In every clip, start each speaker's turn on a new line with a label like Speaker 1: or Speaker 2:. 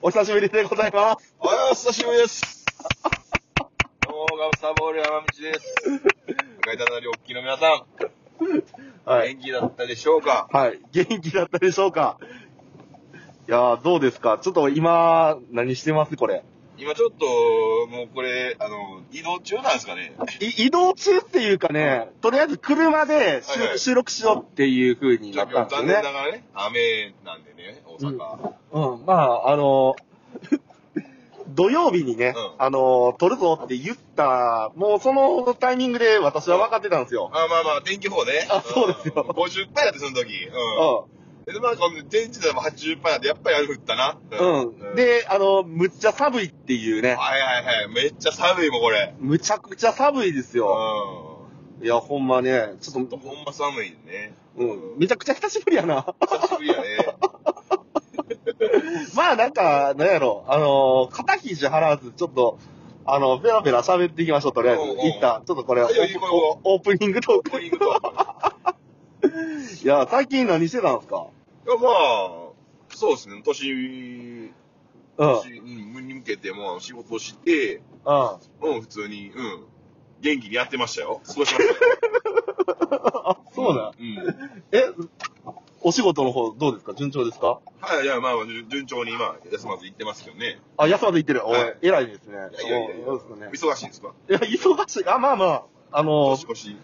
Speaker 1: お久しぶりでございます。
Speaker 2: おはよう、久しぶりです。どうも、ガブサボール山道 です。ガイタナリおっきの皆さん、
Speaker 1: はい。
Speaker 2: 元気だったでしょうか
Speaker 1: はい。元気だったでしょうかいやー、どうですかちょっと今、何してますこれ。
Speaker 2: 今ちょっと、もうこれ、あの、移動中なんですかね。
Speaker 1: い移動中っていうかね、とりあえず車で収,、
Speaker 2: はいはい
Speaker 1: 収録しようっていう風になったんですよ
Speaker 2: 残
Speaker 1: ね
Speaker 2: 念な。がらね、雨なんでね、大阪。
Speaker 1: うん、まあ、あの、 土曜日にね、
Speaker 2: うん
Speaker 1: あの、撮るぞって言った、もうそのタイミングで私は分かってたんですよ。
Speaker 2: あまあまあ、天気予報ね。
Speaker 1: あそうですよ
Speaker 2: ん50%やって、その時。
Speaker 1: う
Speaker 2: うん。で、まあ、この天気でも80%やって、やっぱり雨降ったな。
Speaker 1: ん。うん。、で、あの、むっちゃ寒いっていうね。
Speaker 2: はいはいはい。めっちゃ寒いもん、これ。
Speaker 1: むちゃくちゃ寒いです
Speaker 2: う
Speaker 1: よ。
Speaker 2: ん。
Speaker 1: いや、ほんまね、ちょっと、
Speaker 2: ほんま寒いね。
Speaker 1: うん、めちゃくちゃ久しぶりやな。
Speaker 2: 久しぶりやね。
Speaker 1: まあなんか、なんやろ、あのー、肩肘張らず、ちょっと、あの、ペラペラ喋っていきましょう、とりあえず
Speaker 2: おうおう。
Speaker 1: 一旦、ちょっとこれ、オ
Speaker 2: はい
Speaker 1: ープ
Speaker 2: おう
Speaker 1: オープニングトー
Speaker 2: オープ
Speaker 1: ク。
Speaker 2: ニ
Speaker 1: い
Speaker 2: ングトーク
Speaker 1: や、最近何してたんですか
Speaker 2: いや、まあ、そうですね、年、
Speaker 1: うん、うん、
Speaker 2: 年うんに向けて、まあ、仕事して、
Speaker 1: あ
Speaker 2: うん、普通に、うん、元気にやってましたよ。過ごしましたよ。
Speaker 1: そうだ。
Speaker 2: うん。
Speaker 1: え、お仕事の方どうですか順調ですか
Speaker 2: はい、いや、まあ、順順調に今、休まず行ってますけどね。
Speaker 1: あ、休まず行ってる。おい
Speaker 2: はい、
Speaker 1: 偉いですね。
Speaker 2: いやいやいやいや
Speaker 1: おそうです
Speaker 2: 忙しいんですか
Speaker 1: かね。いや、忙しい。あ、まあまあ、あの
Speaker 2: 年
Speaker 1: ー、
Speaker 2: 越し。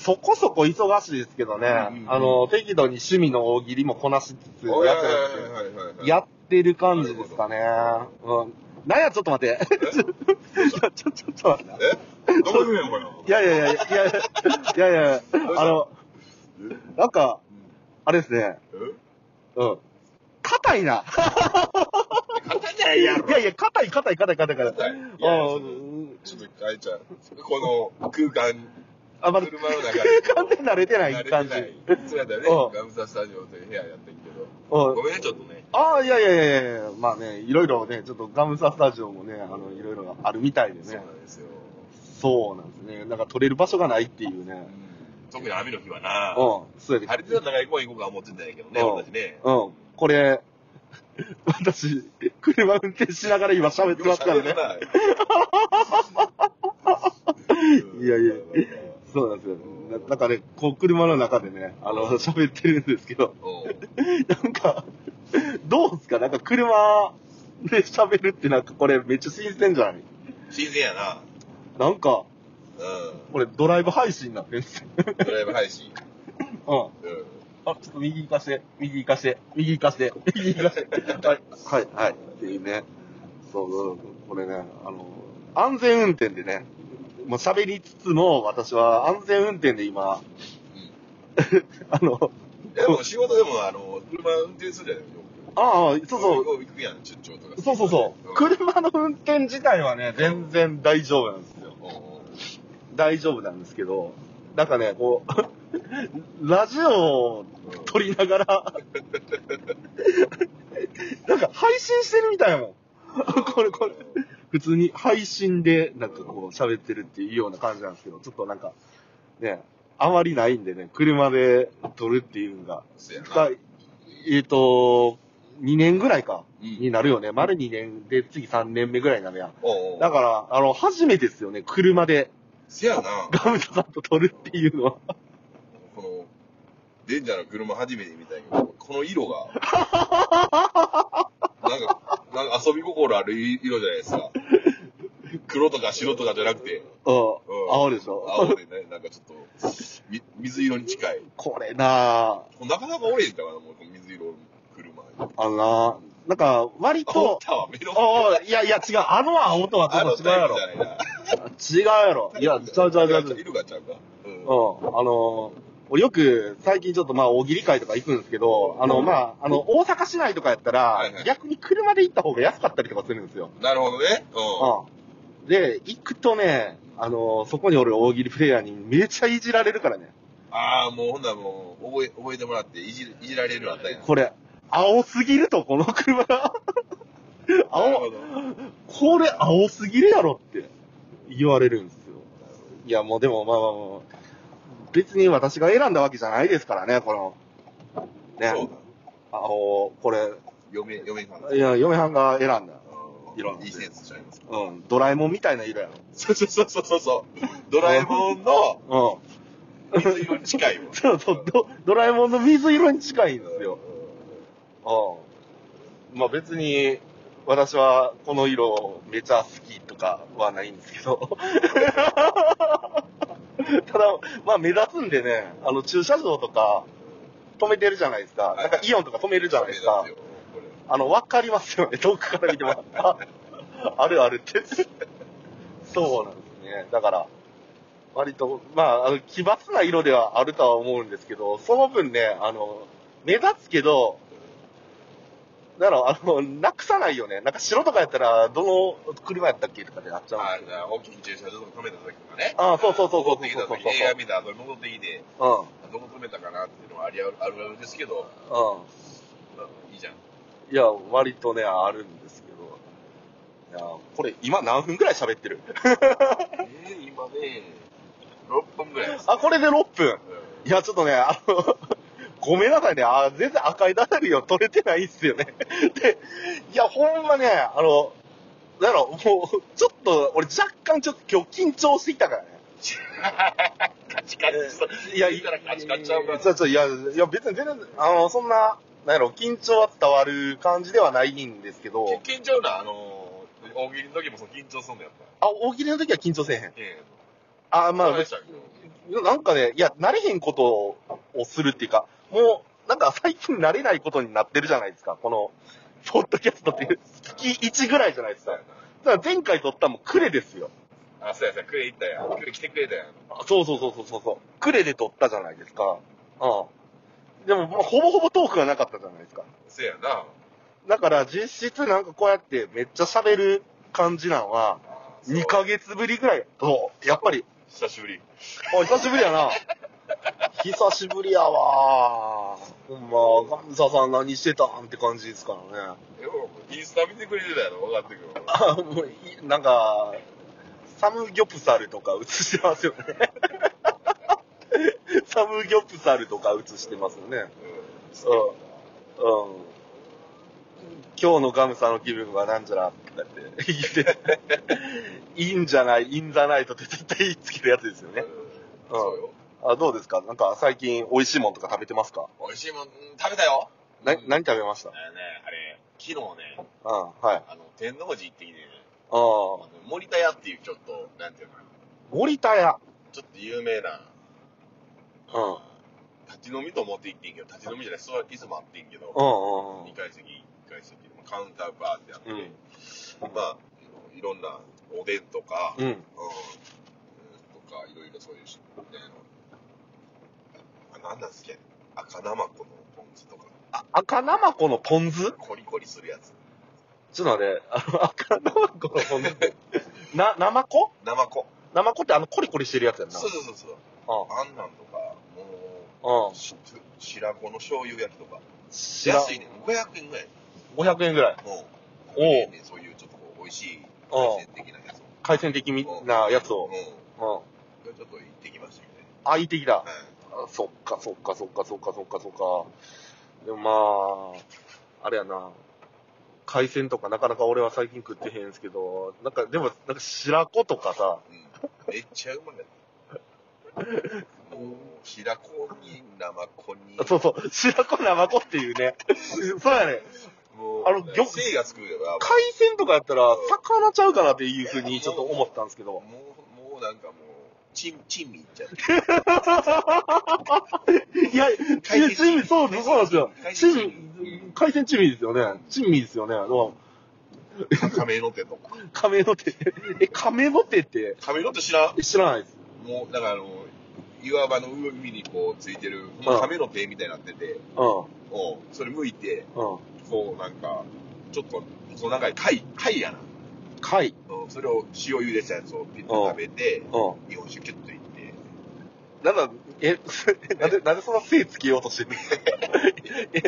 Speaker 1: そこそこ忙しいですけどね、
Speaker 2: うんうんうん
Speaker 1: あのー、適度に趣味の大喜利もこなしつつ
Speaker 2: うん。
Speaker 1: や
Speaker 2: はいはい
Speaker 1: ってます
Speaker 2: はいはいはい。
Speaker 1: やってる感じですかね。うん。なんや、ちょっと待って。 ちょ、ちょ、ちょっと待って。
Speaker 2: えどこ行くんやろ、これ。
Speaker 1: いやいやいやいやいやいやいや、あの、なんか、あれですね。うん。硬いな。
Speaker 2: 硬いじゃないや
Speaker 1: いやいや、硬い硬い硬い硬い硬い。
Speaker 2: い
Speaker 1: あ
Speaker 2: や
Speaker 1: ーう
Speaker 2: ち
Speaker 1: ん
Speaker 2: ょっと変えちゃう。この空間、
Speaker 1: あまり
Speaker 2: 車の中で。
Speaker 1: 完全に慣れてない感じ。
Speaker 2: 慣れてないそうやった
Speaker 1: う
Speaker 2: よ
Speaker 1: ん
Speaker 2: ね。ガムサスタジオという部屋やってるけど。
Speaker 1: うん
Speaker 2: ご。めんね、ちょっとね。
Speaker 1: ああ、いやいやいやいやまあね、いろいろね、ちょっとガムサスタジオもね、あの、いろいろあるみたいで
Speaker 2: そうな
Speaker 1: ね。
Speaker 2: んですよ。
Speaker 1: そうなんですね。なんか取れる場所がないっていうね。
Speaker 2: 特に雨の日は
Speaker 1: う
Speaker 2: な、
Speaker 1: ん
Speaker 2: 晴。
Speaker 1: そうやね。
Speaker 2: れてたら長い公園行こうか思ってたんやけどね、
Speaker 1: うん
Speaker 2: 私ね。
Speaker 1: うん。これ、私、車運転しながら今喋ってますからね。いやいやそうなんですよ。ななんかね、こう車の中でね、あの、喋ってるんですけど、
Speaker 2: おう
Speaker 1: なんか、どうですかなんか車で喋るってなんかこれめっちゃ新鮮じゃない
Speaker 2: 新鮮やな。
Speaker 1: なんか、
Speaker 2: う
Speaker 1: これドライブ配信なんですよ。
Speaker 2: ん。ドライブ配信。
Speaker 1: うん。
Speaker 2: うん。
Speaker 1: あ、ちょっと右行かして、右行かして、右行かして、右行かして。はい、はい、はい。っていうね。そうそうそう、これね、あの、安全運転でね、もう喋りつつも、私は安全運転で今、あの、
Speaker 2: でも仕事でも、あの、車運転するじゃないよ
Speaker 1: ああ、
Speaker 2: く
Speaker 1: そうそう、
Speaker 2: 行くやん、出張とか。
Speaker 1: そうそうそう、
Speaker 2: ん
Speaker 1: 車の運転自体はね、全然大丈夫なんですよ。
Speaker 2: おうおう
Speaker 1: 大丈夫なんですけど、なんかね、こう、 ラジオを撮りながら、 なんか配信してるみたいやもん。 これこれ。普通に配信でなんかこう喋ってるっていうような感じなんですけど、ちょっとなんか、ね、あまりないんでね、車で撮るっていうのが、
Speaker 2: そうやな
Speaker 1: がえっ、と、2年ぐらいか、
Speaker 2: うん
Speaker 1: になるよね。丸2年で次3年目ぐらいになるやん。
Speaker 2: おうおう
Speaker 1: だから、あの、初めてですよね、車で
Speaker 2: せやな。
Speaker 1: ガムタさんと撮るっていうのは。
Speaker 2: この、デンジャーの車初めて見たけど、この色 が、なんか、なんか遊び心ある色じゃないですか。黒とか白とかじゃなくて、
Speaker 1: うん、青でしょ。
Speaker 2: 青でね、なんかちょっと、み水色に近い。
Speaker 1: これなぁ、
Speaker 2: なかなかオレンジだからな、もうこの水色の車。あ、
Speaker 1: あのなぁ、なんか、割
Speaker 2: おっ
Speaker 1: と、
Speaker 2: たわ、メロン。
Speaker 1: おいおいいやいや違う、あの青とは
Speaker 2: あ
Speaker 1: ちょ
Speaker 2: の
Speaker 1: っと違う
Speaker 2: タイ
Speaker 1: や
Speaker 2: プ
Speaker 1: ろ
Speaker 2: じ。ゃないな。
Speaker 1: 違うやろ。 いや、ちゃうちゃうちゃうちゃう。
Speaker 2: 色がちゃうか。うん。
Speaker 1: うん。あのー、俺よく、最近ちょっとまあ、大喜利会とか行くんですけど、あの、まあ、あの、大阪市内とかやった
Speaker 2: は
Speaker 1: ら
Speaker 2: いは、い
Speaker 1: 逆に車で行った方が安かったりとかするんですよ。
Speaker 2: なるほどね。う
Speaker 1: うん。で、行くとね、あのー、そこにおる大喜利プレイヤーにめちゃいじられるからね。
Speaker 2: ん。ああ、もうほんならもう、覚え、覚えてもらって、いじ、いじられるようになったんや
Speaker 1: これ、青すぎると、この 車。
Speaker 2: なるほ
Speaker 1: 青、
Speaker 2: ど。
Speaker 1: これ青すぎるやろって言われるんですよ。いや、もうでもまあまあまあ、別に私が選んだわけじゃないですからね、この。ね。
Speaker 2: そうだ。
Speaker 1: あの、これ、
Speaker 2: 嫁、嫁さん。
Speaker 1: いや、嫁はんが選んだ。色なんで
Speaker 2: いいセンスしちゃいます。
Speaker 1: うん。ドラえもんみたいな色や
Speaker 2: そうそうそうそうそう。ドラえもんの
Speaker 1: ろ。うん。
Speaker 2: 水色に近いも ん。
Speaker 1: そうそう、ドドラえもんの水色に近いんですよ。うん。まあ別に、私はこの色めちゃ好きとかはないんですけど。 ただ、まあ目立つんでね、あの駐車場とか止めてるじゃないですか。なんかイオンとか止めるじゃないですか。あの、わかりますよね。遠くから見てもらった。あるあるって。そうなんですね。だから、割と、まあ、あの、奇抜な色ではあるとは思うんですけど、その分ね、あの、目立つけど、だから、あの、なくさないよね。なんか白とかやったら、どの車やったっけとかでなっちゃう。
Speaker 2: あーじゃあ、大きい駐車場とか止めた時とかね。
Speaker 1: あーそうそうそうそう
Speaker 2: 戻ってきた時に、
Speaker 1: そうそうそう
Speaker 2: 映画見た後に戻ってきて、
Speaker 1: うん。
Speaker 2: どこ止めたかなっていうのはありあるあるですけど、
Speaker 1: うん。
Speaker 2: いいじゃん。
Speaker 1: いや、割とね、あるんですけど。いや、これ今何分くらい喋ってる
Speaker 2: えー、今ね、6分ぐらいです。
Speaker 1: あ、これで6分。
Speaker 2: う
Speaker 1: いや、ちょっとね、あの、 ごめんなさいね。あ全然赤いダダリを取れてないっすよね。 で、いや、ほんまね、あの、だろ、もう、ちょっと、俺若干ちょっと今日緊張してきたからね。
Speaker 2: んカチカチそう
Speaker 1: いや、
Speaker 2: 言ったらカチカチちゃうから。
Speaker 1: ちょ、ちょ、いや、いや、別に全然、あの、そんな、なんやろ、緊張は伝わる感じではないんですけど、
Speaker 2: き緊張な、あのー、大喜利の時もそう緊張すんのやっぱ。
Speaker 1: あ、大喜利の時は緊張せえへん。
Speaker 2: ええ
Speaker 1: あ、まあ、
Speaker 2: そうでしたけど
Speaker 1: なんかね、いや、慣れへんことをするっていうか、もう、なんか最近慣れないことになってるじゃないですか、この、ポッドキャストっていう、月1ぐらいじゃないですか。だから前回撮ったのもクレですよ。
Speaker 2: あ、そうやそうや、クレ行ったやん。クレ来てくれたやん。
Speaker 1: あそうそうそうそうそうそう。クレで撮ったじゃないですか。うん。でも、まあ、ほぼほぼトークがなかったじゃないですか。
Speaker 2: そうやな。
Speaker 1: だから実質なんかこうやってめっちゃ喋る感じなんは、
Speaker 2: そう
Speaker 1: 2ヶ月ぶりぐらい。そう、やっぱり。
Speaker 2: 久しぶり。
Speaker 1: あ、久しぶりやな。久しぶりやわー。ほんま、ガンザさん何してたんって感じですからね。
Speaker 2: でもインスタ見てくれてたやろ、分かってくる。
Speaker 1: あ、 もうい、なんか、サムギョプサルとか映してますよね。 サムギョプサルとか映してますよね。うん。うん。今日のガムさんの気分はなんじゃらって言って、いいんじゃない、いいんじゃないとって絶対言いつけるやつですよ
Speaker 2: うん
Speaker 1: ね。
Speaker 2: そうよ。
Speaker 1: あ、どうですかなんか最近美味しいもんとか食べてますか
Speaker 2: 美味しいもん、うん食べたよ。
Speaker 1: な
Speaker 2: うん、
Speaker 1: 何食べました
Speaker 2: あのね、あれ、昨日ね、
Speaker 1: うん、はい。
Speaker 2: あの、天王寺行ってきてね、
Speaker 1: ああ
Speaker 2: あの、森田屋っていうちょっと、なんていうのかな、
Speaker 1: 森田屋。
Speaker 2: ちょっと有名な、
Speaker 1: うん
Speaker 2: 立ち飲みと思って行ってんけど、立ち飲みじゃない、そういつもあってんけど、
Speaker 1: うんうん
Speaker 2: 2階席、1階席、カウンターバーってあって、
Speaker 1: うん
Speaker 2: まあ、いろんなおでんとか、
Speaker 1: うん。うん。
Speaker 2: うんとか、いろいろそういうし、ね、あの、あなんだっけ、赤生子のポン酢とか、
Speaker 1: あ、赤生子のポン酢
Speaker 2: コリコリするやつ。
Speaker 1: ちょっと待って、あの、赤生子のポン酢って。 な、生子
Speaker 2: 生子。
Speaker 1: 生子ってあの、コリコリしてるやつやんな。
Speaker 2: そうそうそうそう。あんなんとか、も
Speaker 1: うん。う
Speaker 2: う、し白子の醤油焼きとか。
Speaker 1: ん。知らん
Speaker 2: 安いね、500円ぐらい。
Speaker 1: 500円ぐらい。
Speaker 2: も
Speaker 1: お
Speaker 2: う、
Speaker 1: う
Speaker 2: ね、そういうちょっとこう美味しい、海鮮的なやつを。
Speaker 1: 海鮮的みなやつ
Speaker 2: う
Speaker 1: を。
Speaker 2: ん。
Speaker 1: うん。
Speaker 2: ちょっと行ってきましたよね。
Speaker 1: あ、いい的だ。
Speaker 2: はい。
Speaker 1: あそっか、そっか、そっか、そっか、そっか、そっか。でもまあ、あれやな。海鮮とかなかなか俺は最近食ってへんすけど、なんか、でも、なんか白子とかさ、
Speaker 2: うんめっちゃう まかった。もう、白子に生子に。
Speaker 1: そうそう、白子生子っていうね。そうやね。
Speaker 2: もう、
Speaker 1: あの魚
Speaker 2: 精がつくよな。
Speaker 1: 海鮮とかやったら、魚ちゃうかなっていうふうにちょっと思ったんですけ
Speaker 2: も
Speaker 1: ど。
Speaker 2: う、もうなんかもう、チン、チンミいっちゃって。
Speaker 1: いや、
Speaker 2: 海鮮
Speaker 1: 珍味、そう、そうなんですよ。
Speaker 2: 海
Speaker 1: 珍
Speaker 2: 鮮
Speaker 1: 味、海鮮珍味ですよね。珍味ですよね。あの、
Speaker 2: 亀の手と か。
Speaker 1: 亀の手。え、亀の手って
Speaker 2: 亀の手知らん
Speaker 1: え知らないです。
Speaker 2: もう、だからあの、岩場の海にこう、ついてる、まあ、亀の手みたいになってて、
Speaker 1: うん、
Speaker 2: おうそれ剥いて、
Speaker 1: うん。
Speaker 2: こう、なんか、ちょっと、細長い貝、貝やな。
Speaker 1: 貝。
Speaker 2: うんそれを塩茹でしたやつをピッと食べて、
Speaker 1: うん。
Speaker 2: 日本酒キュッといって、
Speaker 1: なんだ、え、 なんで、なんでそんな精つけようとしてるのえ、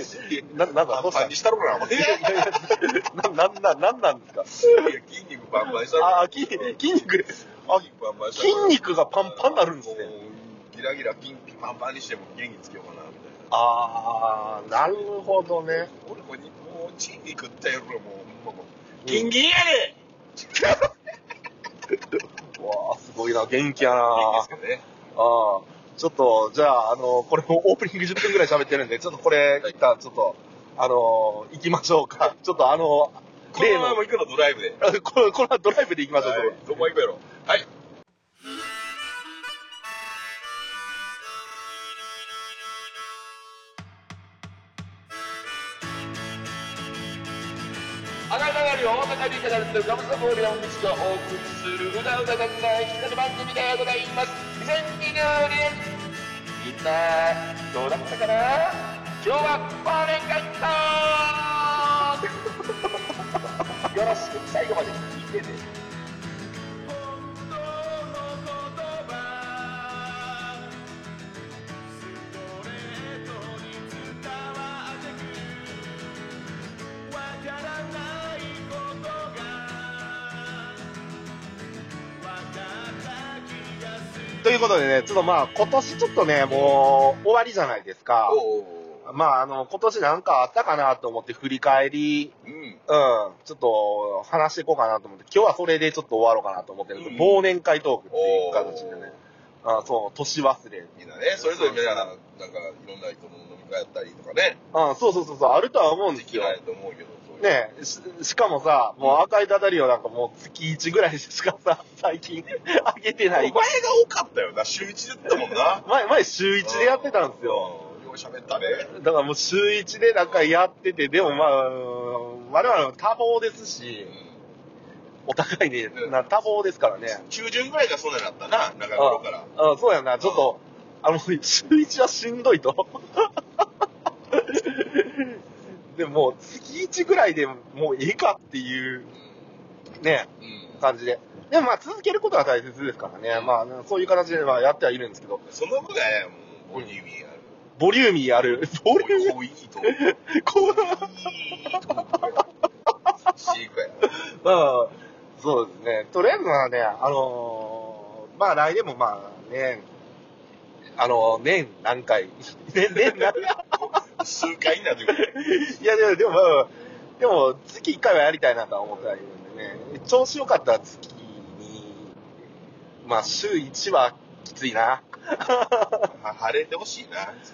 Speaker 1: な、なんだ、
Speaker 2: パ
Speaker 1: ど
Speaker 2: ン
Speaker 1: うした
Speaker 2: パン
Speaker 1: い
Speaker 2: にしたろかな、お前。
Speaker 1: やいやいや な、なんだ、なんなんですか
Speaker 2: いや筋肉バンバンにしたろ
Speaker 1: あ、筋、筋肉、あ
Speaker 2: 筋肉バンバンにした
Speaker 1: 筋
Speaker 2: ろ
Speaker 1: 肉がパンパンになるんです
Speaker 2: も
Speaker 1: ね。
Speaker 2: うギラギラピンピンパンパンにしても元気つけようかな、みたいな。
Speaker 1: ああ、なるほどね。
Speaker 2: 俺これにもうチンに食ったやろもうほんまもう
Speaker 1: ギン
Speaker 2: ギンやで
Speaker 1: わあ、すごいな、元気やな。
Speaker 2: いいで
Speaker 1: あ
Speaker 2: すかね
Speaker 1: あ。ちょっと、じゃあ、あの、これもオープニング10分ぐらい喋ってるんで、ちょっとこれ、一旦ちょっと、あの、行きましょうか。ちょっとあの、
Speaker 2: こ
Speaker 1: 例
Speaker 2: の
Speaker 1: の
Speaker 2: まま行くのドライブで
Speaker 1: あこれ、これはドライブで行きましょう、
Speaker 2: はいどこ行くやろはい
Speaker 3: あなたがり大阪にからずガムサボーリアンチがお送りするうだうだ漫才企画番組でございます2022年みんなどうだったかな今日は忘年会だーよろしく最後まで聞いてね
Speaker 1: ということでね、ちょっとまあ、今年ちょっとね、もう、終わりじゃないですか。
Speaker 2: おうおう
Speaker 1: まあ、あの、今年なんかあったかなと思って振り返り、
Speaker 2: うん
Speaker 1: うん、ちょっと話していこうかなと思って、今日はそれでちょっと終わろうかなと思ってるんですけど、
Speaker 2: うん
Speaker 1: 忘年会トークっていう形でね、
Speaker 2: お
Speaker 1: あそう、年忘れ。
Speaker 2: うみんなねそれぞれみんななんかいろんな人の飲み会やったりとかね
Speaker 1: うん、そうそうそうそう、あるとは思うんですよ。
Speaker 2: 嫌いと思うけどそういう
Speaker 1: ねえし、しかもさ、もう赤いダダリオなんかもう月1ぐらいしかさ、 最近あげて
Speaker 2: お
Speaker 1: な
Speaker 2: 前
Speaker 1: い
Speaker 2: が。多かったよな週一だったもんな
Speaker 1: 前、前週1でやってたんですよ。
Speaker 2: よよう喋ったね
Speaker 1: だからもう週1でなんかやってて、でもまあ、我々は多忙ですし、お互いね、な多忙ですからね。
Speaker 2: 中旬ぐらいがそうなったな中頃から
Speaker 1: あそうやな、ちょっと、あの、週1はしんどいと。 でも、もう月1ぐらいでもういいかっていう、ね、
Speaker 2: うん
Speaker 1: 感じで。でもまあ、続けることは大切ですからね。まあ、そういう形ではやってはいるんですけど、
Speaker 2: その分がねもうボリューミーある
Speaker 1: ボリューミーある、 ボリューミ
Speaker 2: 濃いと
Speaker 1: ー、こうな、
Speaker 2: 飼育や
Speaker 1: まあ、そうですね。とりあえずはね、あのーまあ来年もまあね、あのー年何回、 年、年何回、
Speaker 2: 数回になってくる
Speaker 1: いや、でも、でも、でも、月1回はやりたいなとは思ってはいるんでね。調子良かったら月に、まあ、週1はきついな。
Speaker 2: は晴れてほしいな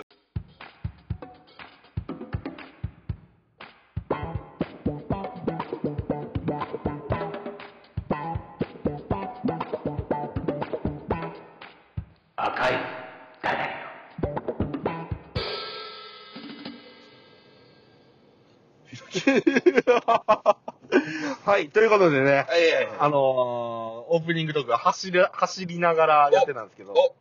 Speaker 1: はい、ということでね、
Speaker 2: はいはいはい
Speaker 1: あのーオープニングトークは走り、走りながらやってたんですけど、
Speaker 2: お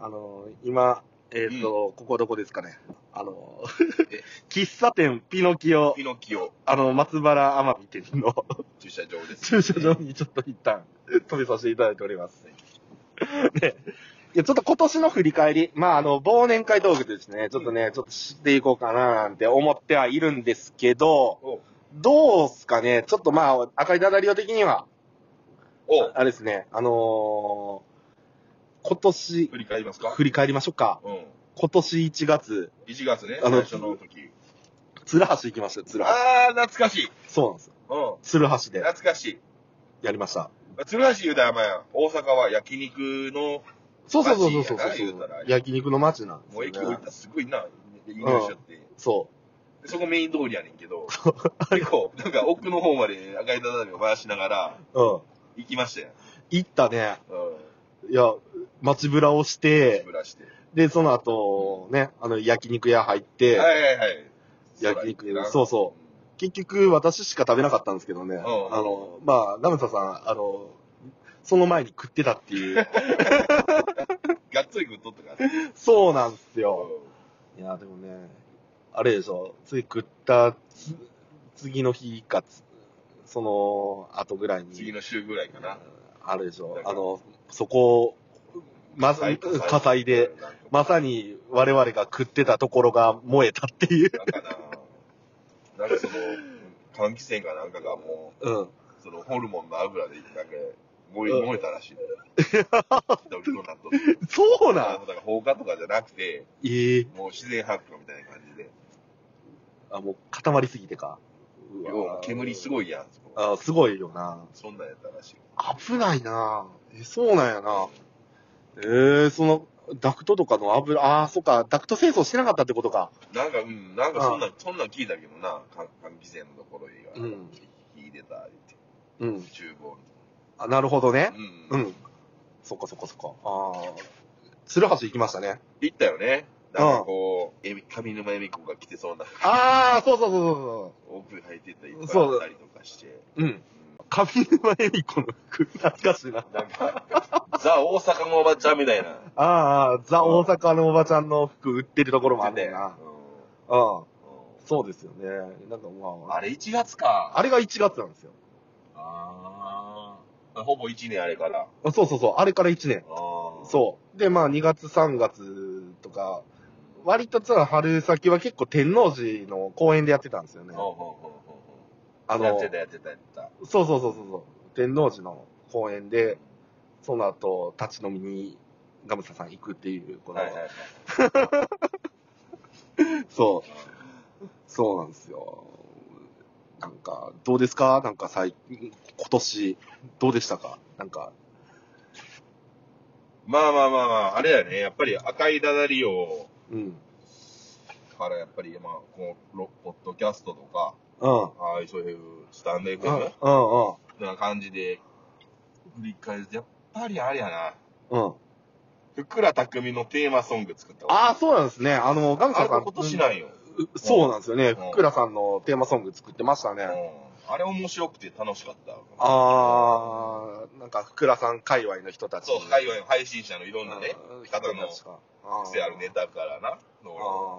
Speaker 1: あのー今、えっ、と、ここどこですかね。あのー
Speaker 2: え
Speaker 1: 喫茶店ピノキオ
Speaker 2: ピ、ノキオ
Speaker 1: あの、松原天海店の
Speaker 2: 駐車場です
Speaker 1: 駐車場にちょっと一旦飛びさせていただいております。で、いや、ちょっと今年の振り返り、まあ、あの、忘年会トークですね、ちょっとね、ちょっと知っていこうかななんて思ってはいるんですけど、
Speaker 2: お
Speaker 1: どうすかね、ちょっとまあ、赤いダダリオ的には、
Speaker 2: お
Speaker 1: あれですね、あのー今年
Speaker 2: 振、り返りますか
Speaker 1: 振り返りましょうか。
Speaker 2: うん
Speaker 1: 今年1月、
Speaker 2: 1月ね
Speaker 1: あ
Speaker 2: 最
Speaker 1: の
Speaker 2: 初の時
Speaker 1: 鶴橋行きましたよ、鶴橋。
Speaker 2: あー懐かしい
Speaker 1: そうなんですよ。
Speaker 2: うん
Speaker 1: 鶴橋で
Speaker 2: 懐かしい
Speaker 1: やりました。
Speaker 2: 鶴橋言うたらまあ大阪は焼肉の
Speaker 1: そうそうそうそうそうそ
Speaker 2: 街やな言うた
Speaker 1: う
Speaker 2: ら。
Speaker 1: 焼肉の街なんです
Speaker 2: もう駅
Speaker 1: よ、
Speaker 2: 降り
Speaker 1: ね
Speaker 2: た。らすごいな移動しちゃって
Speaker 1: そ
Speaker 2: でそこメイン通りやねんけ ど結構なんか奥の方まで赤い畳を回しながら
Speaker 1: う。うん。
Speaker 2: 行きましたよ
Speaker 1: 行ったね。
Speaker 2: うん
Speaker 1: いや、街ぶらをし
Speaker 2: 手
Speaker 1: て、
Speaker 2: ぶらして
Speaker 1: で、その後、ね、あの、焼肉屋入っ
Speaker 2: は
Speaker 1: て、
Speaker 2: いはいはい
Speaker 1: 焼肉
Speaker 2: 空行くな
Speaker 1: そうそ結局私しか食べなかったんですけどね、あ
Speaker 2: ん
Speaker 1: の、まあ、ナムサさん、あの、その前に食ってたって いう。
Speaker 2: がっつり食っとったから。
Speaker 1: そうなんですよ。いや、でもね、あれでしょ、つい食ったつ次の日かつ、その後ぐらいに。
Speaker 2: 次の週ぐらいかな。
Speaker 1: あれでしょ
Speaker 2: だ。から
Speaker 1: あの、そこ、まさ、火災で、。まさ
Speaker 2: に。
Speaker 1: に我々が食ってたところが燃えたっていう。
Speaker 2: なんかな、なんかその、換気扇かなんかがも
Speaker 1: うん。
Speaker 2: う、そのホルモンの油で、なんか、燃え
Speaker 1: うん
Speaker 2: 燃えたらし い。ひどいことになっとる
Speaker 1: そう
Speaker 2: あ
Speaker 1: な
Speaker 2: のだから放火とかじゃなくて、
Speaker 1: ええ
Speaker 2: もう自然発火みたいな感じで。
Speaker 1: あ、もう固まりすぎてか。
Speaker 2: 要は煙す
Speaker 1: い。
Speaker 2: ごいやん。そこ
Speaker 1: あ、すごいよな。
Speaker 2: そんなんやったらしい。
Speaker 1: 危ないなえ、そうなんやな。ええその、ダクトとかの油、ああ、そっか、ダクト清掃してなかったってことか。
Speaker 2: なんか、うん、なんかそんなん、そんなん聞いたけどな、換気扇のところに
Speaker 1: う
Speaker 2: は。
Speaker 1: ん
Speaker 2: 火出た、言
Speaker 1: う
Speaker 2: っ
Speaker 1: ん
Speaker 2: て。。厨房に。
Speaker 1: あ、なるほどね。
Speaker 2: う。
Speaker 1: うんん。そっかそっかそっか。ああ。鶴橋行きましたね。
Speaker 2: 行ったよね。なんかこう、えみ、上沼恵美子が来てそうな、
Speaker 1: ああ、そうそうそうそ
Speaker 2: 奥に入ってったりと
Speaker 1: そう
Speaker 2: か、たりとかして。
Speaker 1: うそう。うん。上沼恵美子の服、懐かしいな。
Speaker 2: なんか、ザ・大阪のおばちゃんみたいな。
Speaker 1: ああああ、ザ・大阪のおばちゃんの服売ってるところもあんね
Speaker 2: で
Speaker 1: んな。
Speaker 2: う
Speaker 1: うん。
Speaker 2: んうん
Speaker 1: そうですよね。なんかまあ、
Speaker 2: あれ1月か。
Speaker 1: あれが1月なんですよ。
Speaker 2: ああ。ほぼ1年あれから。
Speaker 1: あそうそうそう、あれから1年。
Speaker 2: そ
Speaker 1: そう。で、まあ2月3月とか、割とさ、春先は結構天王寺の公園でやってたんですよ
Speaker 2: う
Speaker 1: ね
Speaker 2: ん。。ほうほうほうほ
Speaker 1: あ
Speaker 2: うやっ
Speaker 1: の、
Speaker 2: てたやってたやってた。
Speaker 1: そうそうそうそうそう。天王寺の公園で、その後、立ち飲みにガムサさん行くっていう、この、
Speaker 2: はいはいはい。
Speaker 1: そう、そうなんですよ。なんか、どうですかなんか最近、今年、どうでしたかなんか、
Speaker 2: まあまあまあまあ、あれやね。やっぱり赤いダダリオ
Speaker 1: うん。
Speaker 2: からやっぱり、まあ、こうロ、ポッドキャストとか、
Speaker 1: うん。
Speaker 2: ああいうそういうスタンド
Speaker 1: うん
Speaker 2: FM
Speaker 1: うん
Speaker 2: な感じで、振り返ると、やっぱりあれやな。
Speaker 1: うん。うん。
Speaker 2: ふくらたくみのテーマソング作ったわ
Speaker 1: ああ、そうなんですね。あの、ガム
Speaker 2: あ
Speaker 1: サ
Speaker 2: れ
Speaker 1: さん。
Speaker 2: も今年なんよ。
Speaker 1: うんそうなんですよね。
Speaker 2: ん
Speaker 1: ふくらさんのテーマソング作ってましたね。
Speaker 2: うんあれ面白くて楽しかった。
Speaker 1: あー、なんか、ふくらさん界隈の人たち。
Speaker 2: そう、海外の配信者のいろんなね、
Speaker 1: うん人た
Speaker 2: 方の
Speaker 1: ちが。あー
Speaker 2: 癖あるネタからな、の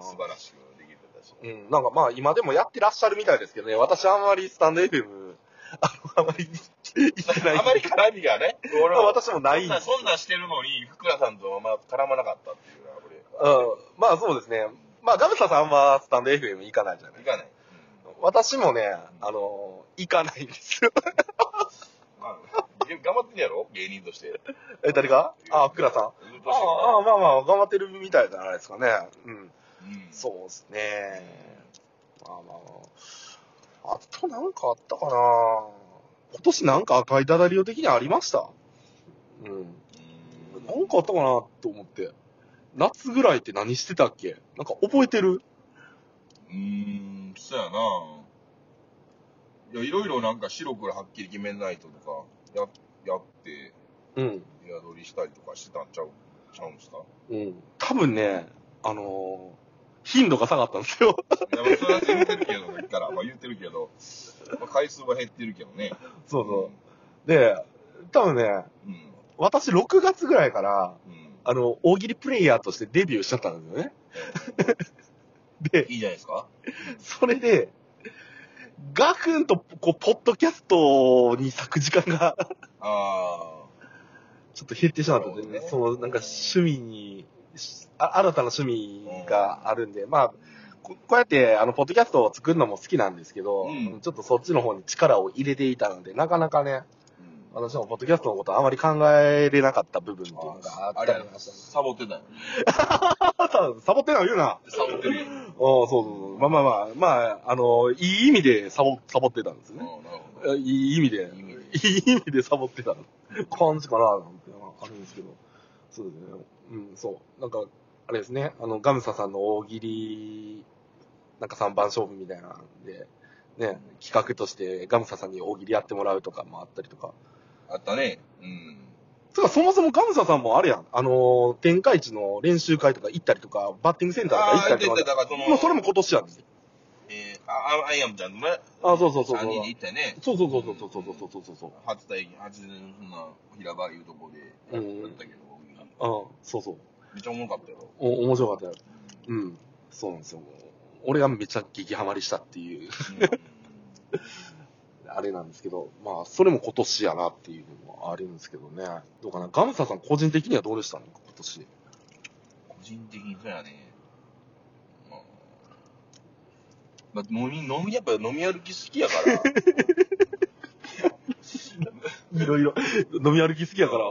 Speaker 1: あー
Speaker 2: 素晴らしくできてたし。
Speaker 1: うん、なんかまあ今でもやってらっしゃるみたいですけどね、私あんまりスタンド FM、あの あまり行ってない。
Speaker 2: あまり絡みがね、俺は
Speaker 1: 私もない
Speaker 2: そんなそんなんしてるのに、福倉さんとはまあ絡まなかったっていうな、
Speaker 1: うん、まあそうですね。まあガムサさんはスタンド FM 行かないじゃな
Speaker 2: 俺。
Speaker 1: い
Speaker 2: い。かない。
Speaker 1: 私もね、あの、行かないんですよ。
Speaker 2: まあ、げ頑張ってるやろ芸人として。
Speaker 1: え、誰があ、ふくらさん。あ
Speaker 2: ずっとしてる
Speaker 1: あ、まあまあ、頑張ってるみたいじゃないですかね。うん。
Speaker 2: うん
Speaker 1: そうですね。まあまあ。あとなんかあったかな今年なんか赤いダダリオ的にありましたうん。
Speaker 2: うん
Speaker 1: なんかあったかなと思って。夏ぐらいって何してたっけなんか覚えてる
Speaker 2: うーん、そうやな。いや、いろいろなんか白黒はっきり決めないととか、や、やって、
Speaker 1: うん。
Speaker 2: 部屋取りしたりとかしてたんちゃう、ちゃうんすか
Speaker 1: うん。多分ね、あのー頻度が下がったんですよ。
Speaker 2: いや、まあ、それは言ってるけど、言ったら、まあ言ってるけど、まあ、回数は減ってるけどね。
Speaker 1: そうそう。で、多分ね、
Speaker 2: うん。うん。
Speaker 1: 私6月ぐらいから、
Speaker 2: うん。
Speaker 1: あの、大喜利プレイヤーとしてデビューしちゃったんですよね。 で、
Speaker 2: いいじゃないですか
Speaker 1: それで、ガクンと、こう、ポッドキャストに咲く時間が、
Speaker 2: あ
Speaker 1: ちょっと減ってしまったんで
Speaker 2: なる
Speaker 1: ね、
Speaker 2: ほ
Speaker 1: そ
Speaker 2: どね
Speaker 1: の、なんか趣味に、しあ新たな趣味があるんで、まあ、ここうやって、あの、ポッドキャストを作るのも好きなんですけど、
Speaker 2: うん
Speaker 1: ちょっとそっちの方に力を入れていたので、なかなかね、
Speaker 2: あ。うん。
Speaker 1: 私もポッドキャストのことあまり考えれなかった部分っていうのがあ
Speaker 2: あ
Speaker 1: った
Speaker 2: れや
Speaker 1: り
Speaker 2: な
Speaker 1: ましたね。
Speaker 2: サボってたよ。
Speaker 1: あなたサボってない言うな。
Speaker 2: サボってるやん。あ
Speaker 1: うん、そうそうそう。まあまあまあ、まあ、あの、いい意味でサボ、サボってたんです
Speaker 2: あ
Speaker 1: ね。
Speaker 2: なるほど。
Speaker 1: いい意味で、いい意味でサボってた感じかな、なんてのがあるんですけど。そうですね。うん、そう。なんか、あれですね、あの、ガムサさんの大喜利、なんか3番勝負みたいなんで、ね、企画としてガムサさんに大喜利やってもらうとかもあったりとか。
Speaker 2: あったね。うん。
Speaker 1: つうか、そもそもガムサさんもあれやん。あの、天下一の練習会とか行ったりとか、バッティングセンターとか
Speaker 2: あ
Speaker 1: 行っ
Speaker 2: あ、
Speaker 1: た
Speaker 2: 言
Speaker 1: り
Speaker 2: って
Speaker 1: と
Speaker 2: た、だ
Speaker 1: か。
Speaker 2: からその、
Speaker 1: もうそれも今年やん。
Speaker 2: えー、あ、あアイアムちゃんのね、
Speaker 1: あ、そうそうそう
Speaker 2: 3
Speaker 1: そう
Speaker 2: 人。で行ったよね。
Speaker 1: そうそうそうそうそうそうそうそうそう。
Speaker 2: 初体験、初のそんな平場いうとこでやったけど、
Speaker 1: うん、そうそう。
Speaker 2: めっちゃおもろかったよ。
Speaker 1: お、面白かったよ。うん。そうなんですよ。俺がめちゃ激ハマりしたっていう、 あれなんですけど、まあ、それも今年やなっていうのもあるんですけどね。どうかな。ガムサさん個人的にはどうでしたの今年。
Speaker 2: 個人的にそうやね。まあ、まあ、飲み、飲み、やっぱ飲み歩き好きやから。
Speaker 1: いろいろ、飲み歩き好きやから、う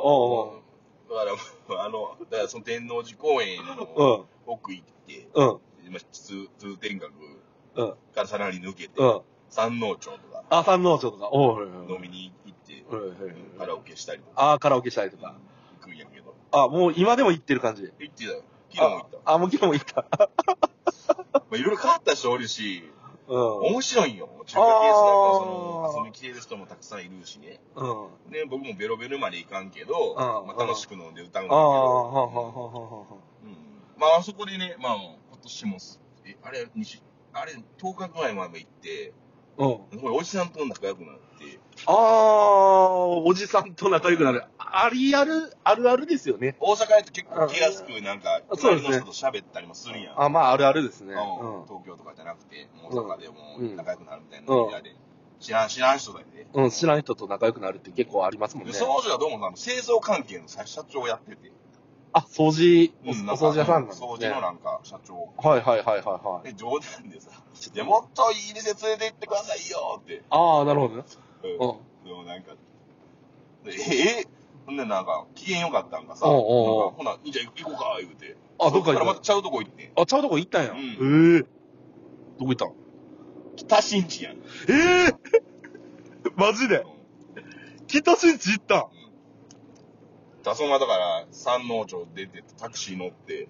Speaker 1: ん
Speaker 2: だからもう、あの、だからその天王寺公園
Speaker 1: う
Speaker 2: の
Speaker 1: ん、
Speaker 2: 奥行って、
Speaker 1: うん、うん、
Speaker 2: 今、通通天閣
Speaker 1: うん
Speaker 2: からさらに抜けて、
Speaker 1: うん。
Speaker 2: 山王町とか
Speaker 1: あ、三能町とか、おうはいはいはい
Speaker 2: 飲みに行って、
Speaker 1: はいはいはい
Speaker 2: カラオケしたりとか
Speaker 1: あ、カラオケしたりとか。
Speaker 2: 行くんやけど、
Speaker 1: あ、もう今でも行ってる感じ。
Speaker 2: 行ってたよ。昨日も行った。
Speaker 1: あ、あもう昨日も行った。
Speaker 2: まあ、いろいろ変わった人おるし、
Speaker 1: うん。
Speaker 2: 面白いんよ。中華系スタイルはその遊びに来てる人もたくさんいるしね。
Speaker 1: うん。
Speaker 2: で、僕もベロベロまで行かんけど、
Speaker 1: うん
Speaker 2: まあ、楽しく飲んで歌うんだけ
Speaker 1: ああ、は
Speaker 2: ど、
Speaker 1: ははは
Speaker 2: うん、まあ、あそこでね、まあ、今年もす、えあれ、西、あれ、10日ぐらい前も行って、
Speaker 1: は。うん。
Speaker 2: そこでおじさんと仲良くなって、
Speaker 1: ああ、おじさんと仲良くなる。ありある、あるあるですよね。
Speaker 2: 大阪へと結構気やすく、なんか、
Speaker 1: あそうですね
Speaker 2: 隣の人と喋ったりもするんや。
Speaker 1: あ、まあ、あるあるですね。う
Speaker 2: うん
Speaker 1: ん。
Speaker 2: 東京とかじゃなくて、もう大阪でも
Speaker 1: うん
Speaker 2: 仲良くなるみたいな
Speaker 1: うん
Speaker 2: ので、知らん、知らん人だよね。
Speaker 1: うん、知らん人と仲良くなるって結構ありますもんね
Speaker 2: で、。その人がどうもあの製造関係の社社長をやってて、
Speaker 1: あ、掃除、おお
Speaker 2: うんなんか
Speaker 1: 掃除屋さんなんですね。
Speaker 2: 掃除のなんか社長。
Speaker 1: はいはいはいはいはい。
Speaker 2: で、冗談でさ、いや、もっといい店連れて行ってくださいよって。
Speaker 1: ああ、なるほどね。
Speaker 2: うん
Speaker 1: うん。
Speaker 2: でもなんか、でええほんでなんか、機嫌良かったんかさ、
Speaker 1: おう
Speaker 2: な
Speaker 1: お
Speaker 2: ん
Speaker 1: う
Speaker 2: か
Speaker 1: おう
Speaker 2: ほな、じゃあ行こうか、言うて。
Speaker 1: あ、どっか
Speaker 2: そ
Speaker 1: 行
Speaker 2: らま
Speaker 1: った
Speaker 2: ちゃうとこ行って。
Speaker 1: た。あ、ちゃうとこ行ったんや。
Speaker 2: うん
Speaker 1: ええ。どこ行ったん
Speaker 2: 北新地や
Speaker 1: え
Speaker 2: ん。
Speaker 1: え マジで北新地行ったん
Speaker 2: だそまだから、山王町出てタクシー乗って、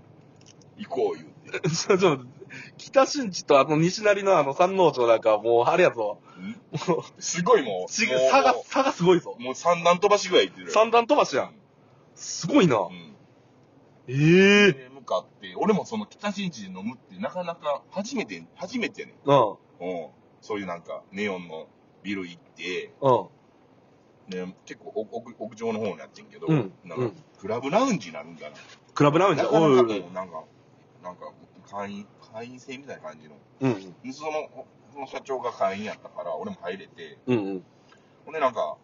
Speaker 2: 行こう言うて。
Speaker 1: ちょ、ちょ、北新地とあの西成のあの三能町なんかもうあれやぞ。も
Speaker 2: すごいも
Speaker 1: う、
Speaker 2: う、
Speaker 1: ち
Speaker 2: もう
Speaker 1: 差が、差がすごいぞ。
Speaker 2: もう三段飛ばしぐらい行ってる。
Speaker 1: 三段飛ばしやん。すごいな。
Speaker 2: うん。
Speaker 1: ええ
Speaker 2: で、向かって、俺もその北新地で飲むってなかなか初めて、初めてやねん。
Speaker 1: うん、
Speaker 2: うん。そういうなんか、ネオンのビル行って、
Speaker 1: うん、
Speaker 2: ね、結構お奥屋上の方になってんけど、
Speaker 1: うん
Speaker 2: な
Speaker 1: うんん
Speaker 2: か、クラブラウンジになるんかな。
Speaker 1: クラブラウンジ
Speaker 2: な
Speaker 1: や。
Speaker 2: かな
Speaker 1: お
Speaker 2: か
Speaker 1: い
Speaker 2: もう
Speaker 1: おいおい、
Speaker 2: なんか、なんか、会員、会員制みたいな感じの。
Speaker 1: うん、
Speaker 2: でその、その社長が会員やったから、俺も入れて、
Speaker 1: うん、うん。
Speaker 2: ほんでなんか、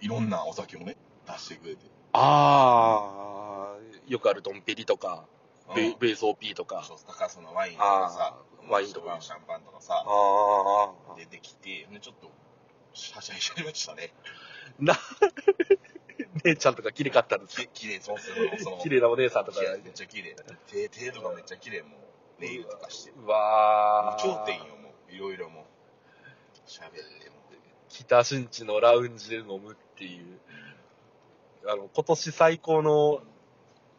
Speaker 2: いろんなお酒をね、出してくれて。
Speaker 1: あー、よくあるドンペリとか、
Speaker 2: う
Speaker 1: ベ
Speaker 2: ん
Speaker 1: ベース OP とか。
Speaker 2: そう高そのワインとかさ
Speaker 1: あ、ー、ワインとか。
Speaker 2: シャンパンとかさ、
Speaker 1: あー、
Speaker 2: 出てきて、ほんでちょっと、はしゃいじゃいましたね。
Speaker 1: 姉ちゃんとか綺麗かったんです
Speaker 2: き綺麗そうするその
Speaker 1: 綺麗なお姉さんとか。
Speaker 2: めっちゃ綺麗手手とかめっちゃ綺麗もうネイルとかしても
Speaker 1: うわ
Speaker 2: う
Speaker 1: ー。
Speaker 2: 頂点よもういろいろもう喋っても
Speaker 1: 北新地のラウンジで飲むっていう、あの、今年最高の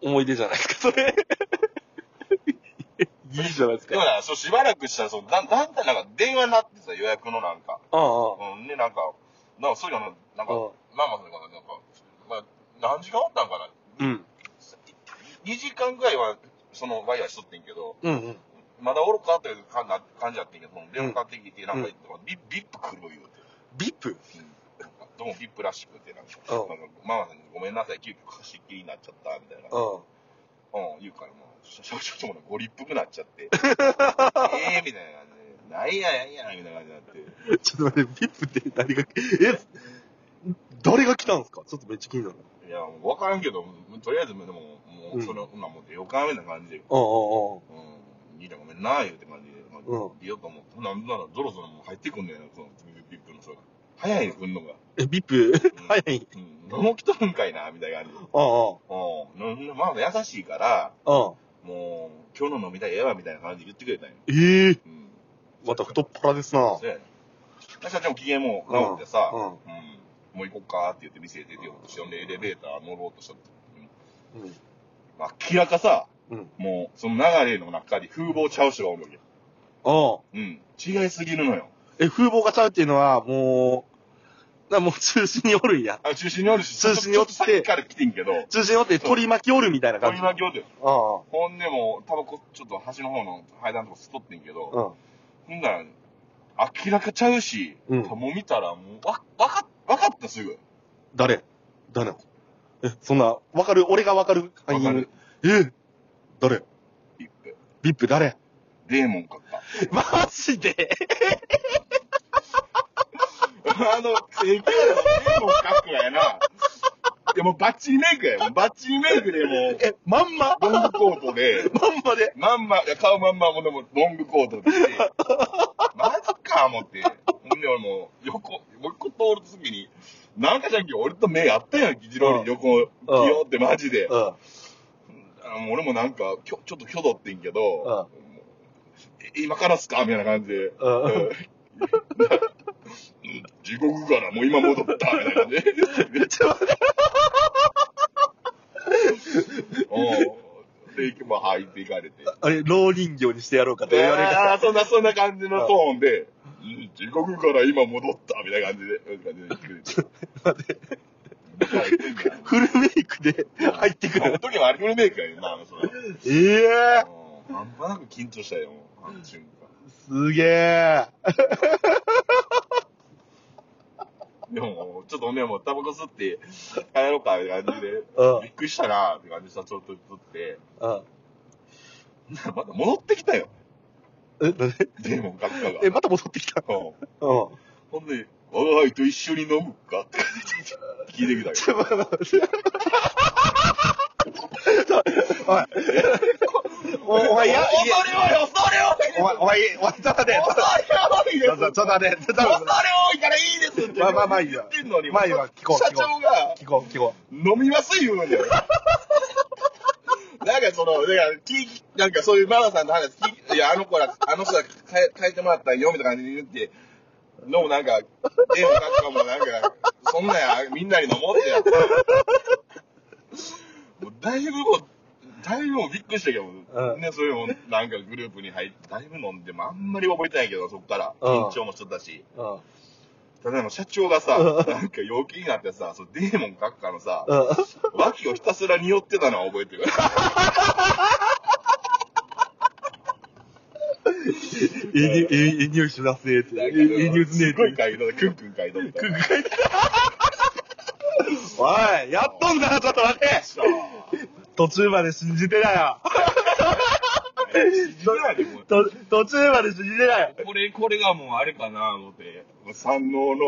Speaker 1: 思い出じゃないですか、それ。 いいじゃないです
Speaker 2: でも。なそうしばらくしたらそうだだんだんなんか電話になってさ予約のなんか
Speaker 1: ああ、
Speaker 2: うんねなんかなんかそういうのなんか
Speaker 1: あ
Speaker 2: まあまあなんかなんかまあ何時間おったんかな
Speaker 1: あ。うん。
Speaker 2: 2時間ぐらいはそのワイヤーしとってんけど
Speaker 1: うんうん。
Speaker 2: まだおるかという感な感じやってんけどその電話かかってきてなんか言ってもビッビップ来る言うて
Speaker 1: ビップ
Speaker 2: なんかどうもビップらしくて、なんか、
Speaker 1: うん
Speaker 2: なんかママさんにごめんなさい、急遽貸しっきりになっちゃった、みたいな。
Speaker 1: うん。
Speaker 2: うん、言うから、もう、しょしょちょっともうご立腹なっちゃって。ええみたいな感じで、なんやなんや、みたいな感じになって。
Speaker 1: ちょっと待って、ビップって誰が、え、誰が来たんですかちょっとめっちゃ気になる。
Speaker 2: いや、もう分からんけど、とりあえず、でも、も
Speaker 1: う
Speaker 2: う、
Speaker 1: ん
Speaker 2: その、今もう出ようか、みたいな感じで、
Speaker 1: ああ、
Speaker 2: うん、兄ちゃんごめんな、言うて感じで、まあ
Speaker 1: うん
Speaker 2: 出ようと思って、なんなら、ゾロゾロもう入ってくんねやな、その、ビップの人が。早いよ、来んのが。
Speaker 1: え、ビップ
Speaker 2: うん
Speaker 1: 早い。
Speaker 2: うん、もう来とるんかいな、みたいな感じで。
Speaker 1: ああ、
Speaker 2: うん、ママが優しいから、
Speaker 1: ああ。
Speaker 2: もう、今日の飲みたいええわみたいな感じで言ってくれたんよ。
Speaker 1: ええ
Speaker 2: うん。
Speaker 1: また太っ腹ですな。
Speaker 2: そうやねで社長も機嫌も直ってさ、
Speaker 1: うん
Speaker 2: うん、もう行こっかって言って店出てようとして、ほんでエレベーター乗ろうとした時に、
Speaker 1: うん。
Speaker 2: 明らかさ、
Speaker 1: うん。
Speaker 2: もう、その流れの中に風貌ちゃう人がおるわけ。
Speaker 1: ああ。
Speaker 2: うん。違いすぎるのよ。
Speaker 1: え、風貌がちゃうっていうのは、もう、なもう中心におるんや。
Speaker 2: あ、中心におるし、
Speaker 1: 中心におって
Speaker 2: ちょとさっきから来てんけど、
Speaker 1: 中心におって取り巻きおるみたいな感
Speaker 2: 取
Speaker 1: じ。
Speaker 2: り巻きおって、
Speaker 1: あ
Speaker 2: ほんでもう、タバコちょっと端の方の階段のとか吸っとってんけど、
Speaker 1: あ。うん。
Speaker 2: ほんなら、明らかちゃうし、
Speaker 1: うん
Speaker 2: もう見たらもう、わ、わか、わかったすぐ。
Speaker 1: 誰誰え、そんな、わかる俺がわかる
Speaker 2: わかる。
Speaker 1: え誰
Speaker 2: 一杯
Speaker 1: ビップ誰
Speaker 2: デーモン 買った。
Speaker 1: マジで
Speaker 2: あの、正解のデーモン書くやな。いやもうバッチリメイクやよ。バッチリメイクでもう、
Speaker 1: え、まんま
Speaker 2: ロングコートで、
Speaker 1: まんまで
Speaker 2: まんま、いや顔まんまもでもロングコートで、マジか思って。ほんんで俺もう、横、横通るときに、なんかじゃんけど俺と目合ったやん、議事郎に横、起用ってマジで。
Speaker 1: うん。
Speaker 2: あの俺もなんか、きょちょっと挙動ってんけど、え今からっすかみたいな感じで。
Speaker 1: う
Speaker 2: うん
Speaker 1: ん。
Speaker 2: 地獄からもう今戻ったみたいな感じで。
Speaker 1: めっちゃ
Speaker 2: うんで、息も吐いていかれて。
Speaker 1: あれ、老人形にしてやろうかと言われる。
Speaker 2: ああ、そんな、そんな感じのトーンで、うん地獄から今戻ったみたいな感じで、うん感じで言ってくれて。
Speaker 1: フルメイクで入ってく
Speaker 2: まああの
Speaker 1: る。
Speaker 2: 時はアルコールメイクやねんな、あの、それ。うん
Speaker 1: ええ
Speaker 2: 半端なく緊張したよ、もう、あの瞬間。
Speaker 1: すげえ。
Speaker 2: でも、ちょっとおめえもうタバコ吸って帰ろうか、みたいな感じで、
Speaker 1: うん
Speaker 2: びっくりしたな、って感じで社長と言っとって、
Speaker 1: うん。
Speaker 2: また戻ってきたよ、
Speaker 1: え、なんで
Speaker 2: デーモン閣下が。
Speaker 1: え、また戻ってきた。
Speaker 2: うん
Speaker 1: うん。
Speaker 2: ほんで、我が輩と一緒に飲むかって聞いてきたよ。
Speaker 1: ちょ、待って待って。おい。おお前、や、
Speaker 2: 恐れ多い、恐れ多い
Speaker 1: お前、お前、お前、ちょっと待って。
Speaker 2: 恐れ多いです
Speaker 1: ちょっとちょっと待って。ちょっと
Speaker 2: 恐
Speaker 1: 待
Speaker 2: れ
Speaker 1: って。
Speaker 2: 多いからいいですって。
Speaker 1: まあまあまあいいよ
Speaker 2: 言ってんのに。
Speaker 1: まあいいわ聞こう
Speaker 2: 社
Speaker 1: 聞こう
Speaker 2: 長が、
Speaker 1: 聞こう、聞こ
Speaker 2: 飲みます言う のに。なんかその、だから、聞き、なんかそういうマナさんの話聞き、いや、あの子ら、あの人ら変え、変えてもらったんよ、みたいな感じで言って、のもなんか、絵もなんかもなんか、そんなんや、みんなに飲もうってやって。もうだいぶもう、だいぶもうびっくりしたけど、
Speaker 1: うん
Speaker 2: ね、そういうもなんかグループに入って、だいぶ飲んでもあんまり覚えてないけど、そっから、
Speaker 1: うん
Speaker 2: 緊張もしとったし。
Speaker 1: う。うん。
Speaker 2: ただの社長がさ、なんか陽気になってさ、そのデーモン閣下のさ、脇をひたすら匂ってたのは覚えてる。
Speaker 1: うん。いいに、いい、いい匂いしますねって。いい、いい匂いすね
Speaker 2: す
Speaker 1: っ
Speaker 2: ごい
Speaker 1: て。
Speaker 2: 嗅いどる、クンクン嗅いどるみたいな。
Speaker 1: おい、やっとんだな、ちょっと待って。
Speaker 2: さあ、
Speaker 1: 途中まで信じてなよ。
Speaker 2: 実はでも
Speaker 1: と途中まで信じてなよ。
Speaker 2: これ、これがもうあれかな、思って。三能の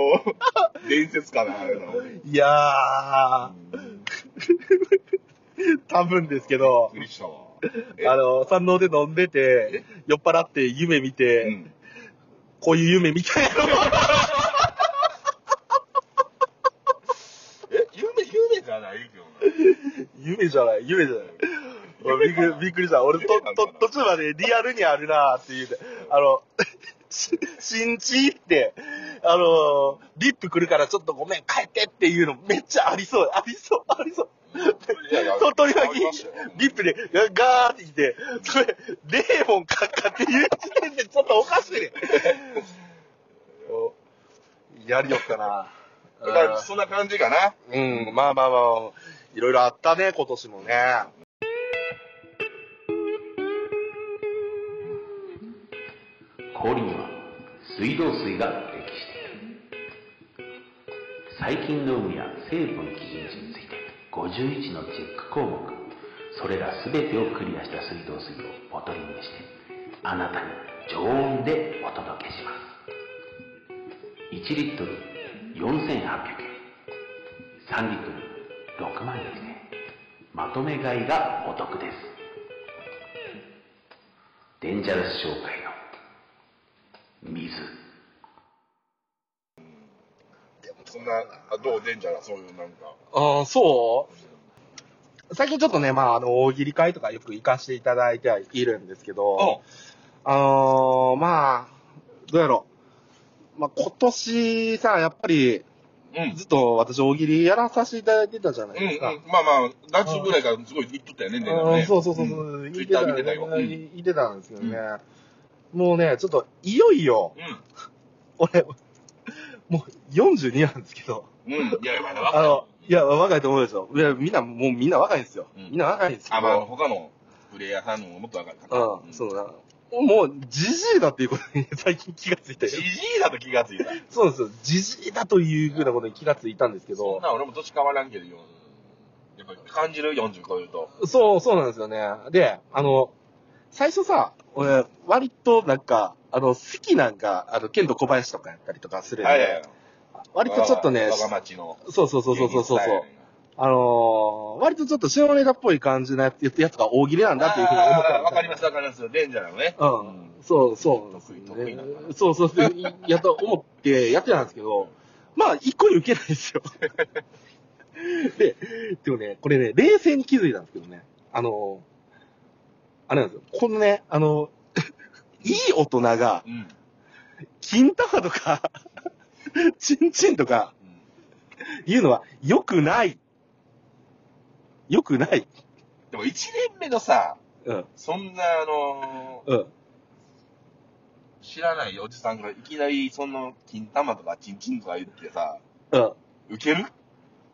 Speaker 2: 伝説かな、あれな。俺
Speaker 1: いやー、
Speaker 2: うん
Speaker 1: 多分ですけど
Speaker 2: びっく、りしたわ。え
Speaker 1: あの、山王で飲んでて、酔っ払って夢見て、
Speaker 2: うん。
Speaker 1: こういう夢見たやろ。
Speaker 2: え、夢、夢じゃないけどな。
Speaker 1: 夢じゃない、夢じゃない。俺 びっくりびっくりした。俺と、と、途中までリアルにあるなーって言うて、あの、 し新地行って、あの、リップ来るからちょっとごめん、帰ってっていうのめっちゃありそう、ありそう、ありそう。
Speaker 2: いやいや
Speaker 1: 鳥取
Speaker 2: ありまし
Speaker 1: 巻
Speaker 2: たよ
Speaker 1: リップでガーってきて、それ、レーモンかっかって言う時点でちょっとおかしいね。やりよったな。
Speaker 2: だからそんな感じかな。
Speaker 1: うん、まあまあまあ、いろいろあったね、今年もね。
Speaker 4: 氷には水道水が適している細菌の有無や成分基準値について51のチェック項目それら全てをクリアした水道水をボトリングしてあなたに常温でお届けします1リットル4800円3リットル6万円まとめ買いがお得ですデンジャラス商会の水
Speaker 2: そんな、あどう出んじゃな、そういうなんか。
Speaker 1: ああ、そう最近ちょっとね、まあ、あの、大喜利会とかよく行かせていただいてはいるんですけど、あのーまあ、どうやろう。まあ、今年さ、やっぱり、
Speaker 2: うん。
Speaker 1: ずっと私大喜利やらさせていただいてたじゃない
Speaker 2: うん
Speaker 1: ですか。
Speaker 2: うん、まあまあ、夏ぐらいからすごい言っとったよね、
Speaker 1: あーそうそうそうそう、
Speaker 2: ん
Speaker 1: 言
Speaker 2: ツイ
Speaker 1: っ
Speaker 2: ッター見てたよ。うん。う
Speaker 1: 言ってたんですよね。もうね、ちょっと、いよいよ、
Speaker 2: ん。
Speaker 1: 俺、もう42なんですけど、
Speaker 2: うん。いや、まだ
Speaker 1: あ
Speaker 2: 若い
Speaker 1: の、いや、若いと思うでしょ。いや、みんな、もうみんな若いんですよ。
Speaker 2: うん
Speaker 1: みんな若いんです
Speaker 2: あ、
Speaker 1: け
Speaker 2: まあ、
Speaker 1: ど、
Speaker 2: 他のプレイヤーさんのももっと若いから。
Speaker 1: うん、そうだな。もう、じじいだっていうことに最近気がついて
Speaker 2: じ。じいだと気がついた。
Speaker 1: そうなんですよ。じじいだというふうなことに気がついたんですけ
Speaker 2: そ
Speaker 1: ど
Speaker 2: ん、な俺も年変わらんけど、よやっぱり感じる ?40 超えると。
Speaker 1: そう、そうなんですよね。で、あの、最初さ、俺、割となんか、あの、好きなんか、あの、剣道小林とかやったりとかするんで、
Speaker 2: はいはい。
Speaker 1: 割とちょっとね
Speaker 2: 我、が町の。
Speaker 1: そうそうそうそうそうそう。あのー、割とちょっと下ネタっぽい感じのやつやつが大喜利なんだっていうふうに思った
Speaker 2: あーわかりますわかります。レンジャーのね。
Speaker 1: うん。そう、そうなんですよね。
Speaker 2: 得意なのか
Speaker 1: そうそうそう、いやと思ってやってたんですけど、まあ、一個に受けないですよ。で、でもね、これね、冷静に気づいたんですけどね、あの、あれなんですよ、このね、あの、いい大人が、
Speaker 2: うん。
Speaker 1: 金玉とか、チンチンとか、いうのは、良くない。良くない。
Speaker 2: でも1年目のさ、
Speaker 1: うん、
Speaker 2: そんな、あの
Speaker 1: うん。
Speaker 2: ー知らないおじさんがいきなり、その、金玉とかチンチンとか言ってさ、
Speaker 1: うん。い
Speaker 2: ウケる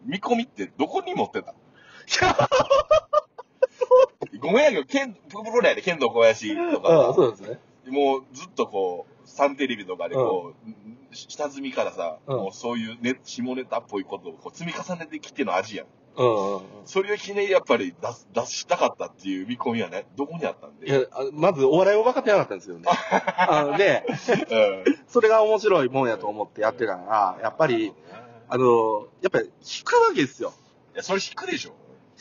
Speaker 2: 見込みってどこに持ってた
Speaker 1: や、
Speaker 2: ごめんやけど、剣、プロプロやで、剣道小林とか
Speaker 1: うん、
Speaker 2: さ
Speaker 1: そうですね。
Speaker 2: もうずっとこう、サンテレビとかでこう、し下積みからさ、
Speaker 1: うん
Speaker 2: もうそういう、ね、下ネタっぽいことをこう積み重ねてきての味やん。
Speaker 1: うん、うん。うん
Speaker 2: それをひねりやっぱり出す、出したかったっていう見込みはね、どこにあったんで。
Speaker 1: いや、あまずお笑いを分かってなかったんですよ ね。あので、
Speaker 2: うん
Speaker 1: それが面白いもんやと思ってやってたから、やっぱり、あの、やっぱり引くわけですよ。
Speaker 2: いや、それ引くでしょ。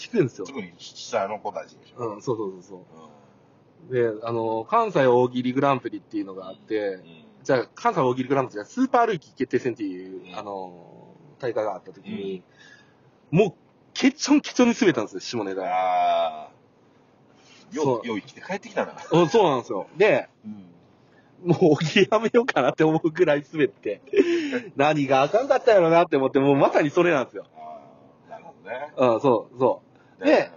Speaker 1: 引くんですよ。
Speaker 2: 特に下の子たちでしょ。
Speaker 1: うん、そうそうそうそ
Speaker 2: うん
Speaker 1: う。で、あの、関西大喜利グランプリっていうのがあって、じゃあ、関西大喜利グランプリがスーパールーキー決定戦っていう、
Speaker 2: うん
Speaker 1: あの、大会があった時に、もう、ケチョンケチョンに滑ったんですよ、下ネ
Speaker 2: うん
Speaker 1: タ。
Speaker 2: ああ。よ、
Speaker 1: そう
Speaker 2: よう生きて帰ってきたな。
Speaker 1: うん、そうなんですよ。で、
Speaker 2: うん。
Speaker 1: もう大喜利やめようかなって思うぐらい滑って、何があかんかったんやろなって思って、もうまさにそれなんですよ。
Speaker 2: ああ、なるほどね。
Speaker 1: うん、そう、そ
Speaker 2: で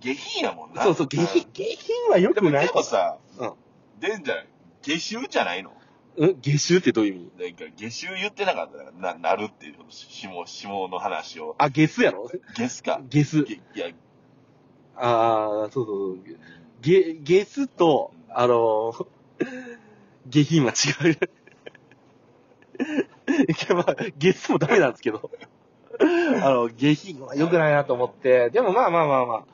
Speaker 1: で、
Speaker 2: 下品やもん
Speaker 1: う。
Speaker 2: な。
Speaker 1: そうそう、下品、下品はよ
Speaker 2: で
Speaker 1: く
Speaker 2: も、
Speaker 1: ない
Speaker 2: でもさ、
Speaker 1: うん
Speaker 2: でんじゃない下臭じゃないの
Speaker 1: うん、下臭ってどういう意味
Speaker 2: なんか、下臭言ってなかったから、な、なるっていう、下、下の話を。
Speaker 1: あ、下スやろ
Speaker 2: 下すか。
Speaker 1: 下ス。
Speaker 2: げいや、
Speaker 1: あー、そうそうそう。下、下スと、あのー、下品は違う。いやまあ、ゲスもダメなんですけど。あの、下品は良くないなと思って、でもまあまあまあまあ、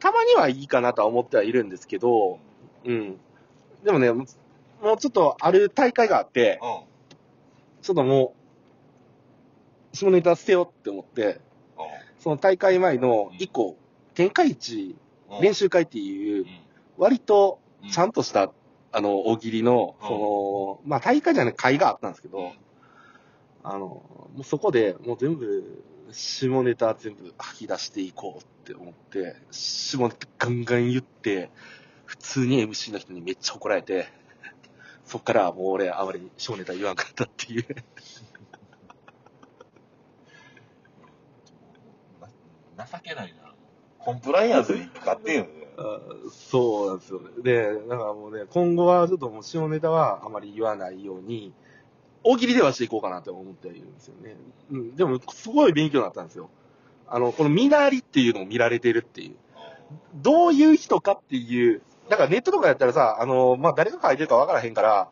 Speaker 1: たまにはいいかなとは思ってはいるんですけど、うん。でもね、もうちょっとある大会があって、
Speaker 2: うん。うん
Speaker 1: ちょっともう、下ネタ捨てようって思って、その大会前の1個、天下一
Speaker 2: うん。
Speaker 1: 練習会っていう
Speaker 2: う、ん
Speaker 1: 割と
Speaker 2: うん
Speaker 1: ちゃんとした、あの、大喜利の、
Speaker 2: うん
Speaker 1: その、まあ大会じゃない会があったんですけ
Speaker 2: う
Speaker 1: ど
Speaker 2: ん、
Speaker 1: あの、もうそこでもう全部、下ネタ全部吐き出していこうって思って、下ネタガンガン言って、普通に MC の人にめっちゃ怒られて、そっからはもう俺、あまり下ネタ言わんかったっていう。
Speaker 2: な情けないな。コンプライアンスにかかってんよね。
Speaker 1: あそうなんですよね。で、だからもうね、今後はちょっともう下ネタはあまり言わないように、大喜利ではしていこうかなって思ってはいるんですよね。うん、でも、すごい勉強になったんですよ。あの、この見なりっていうのを見られてるっていう。どういう人かっていう、だからネットとかやったらさ、あの、まあ、誰が書いてるかわからへんから、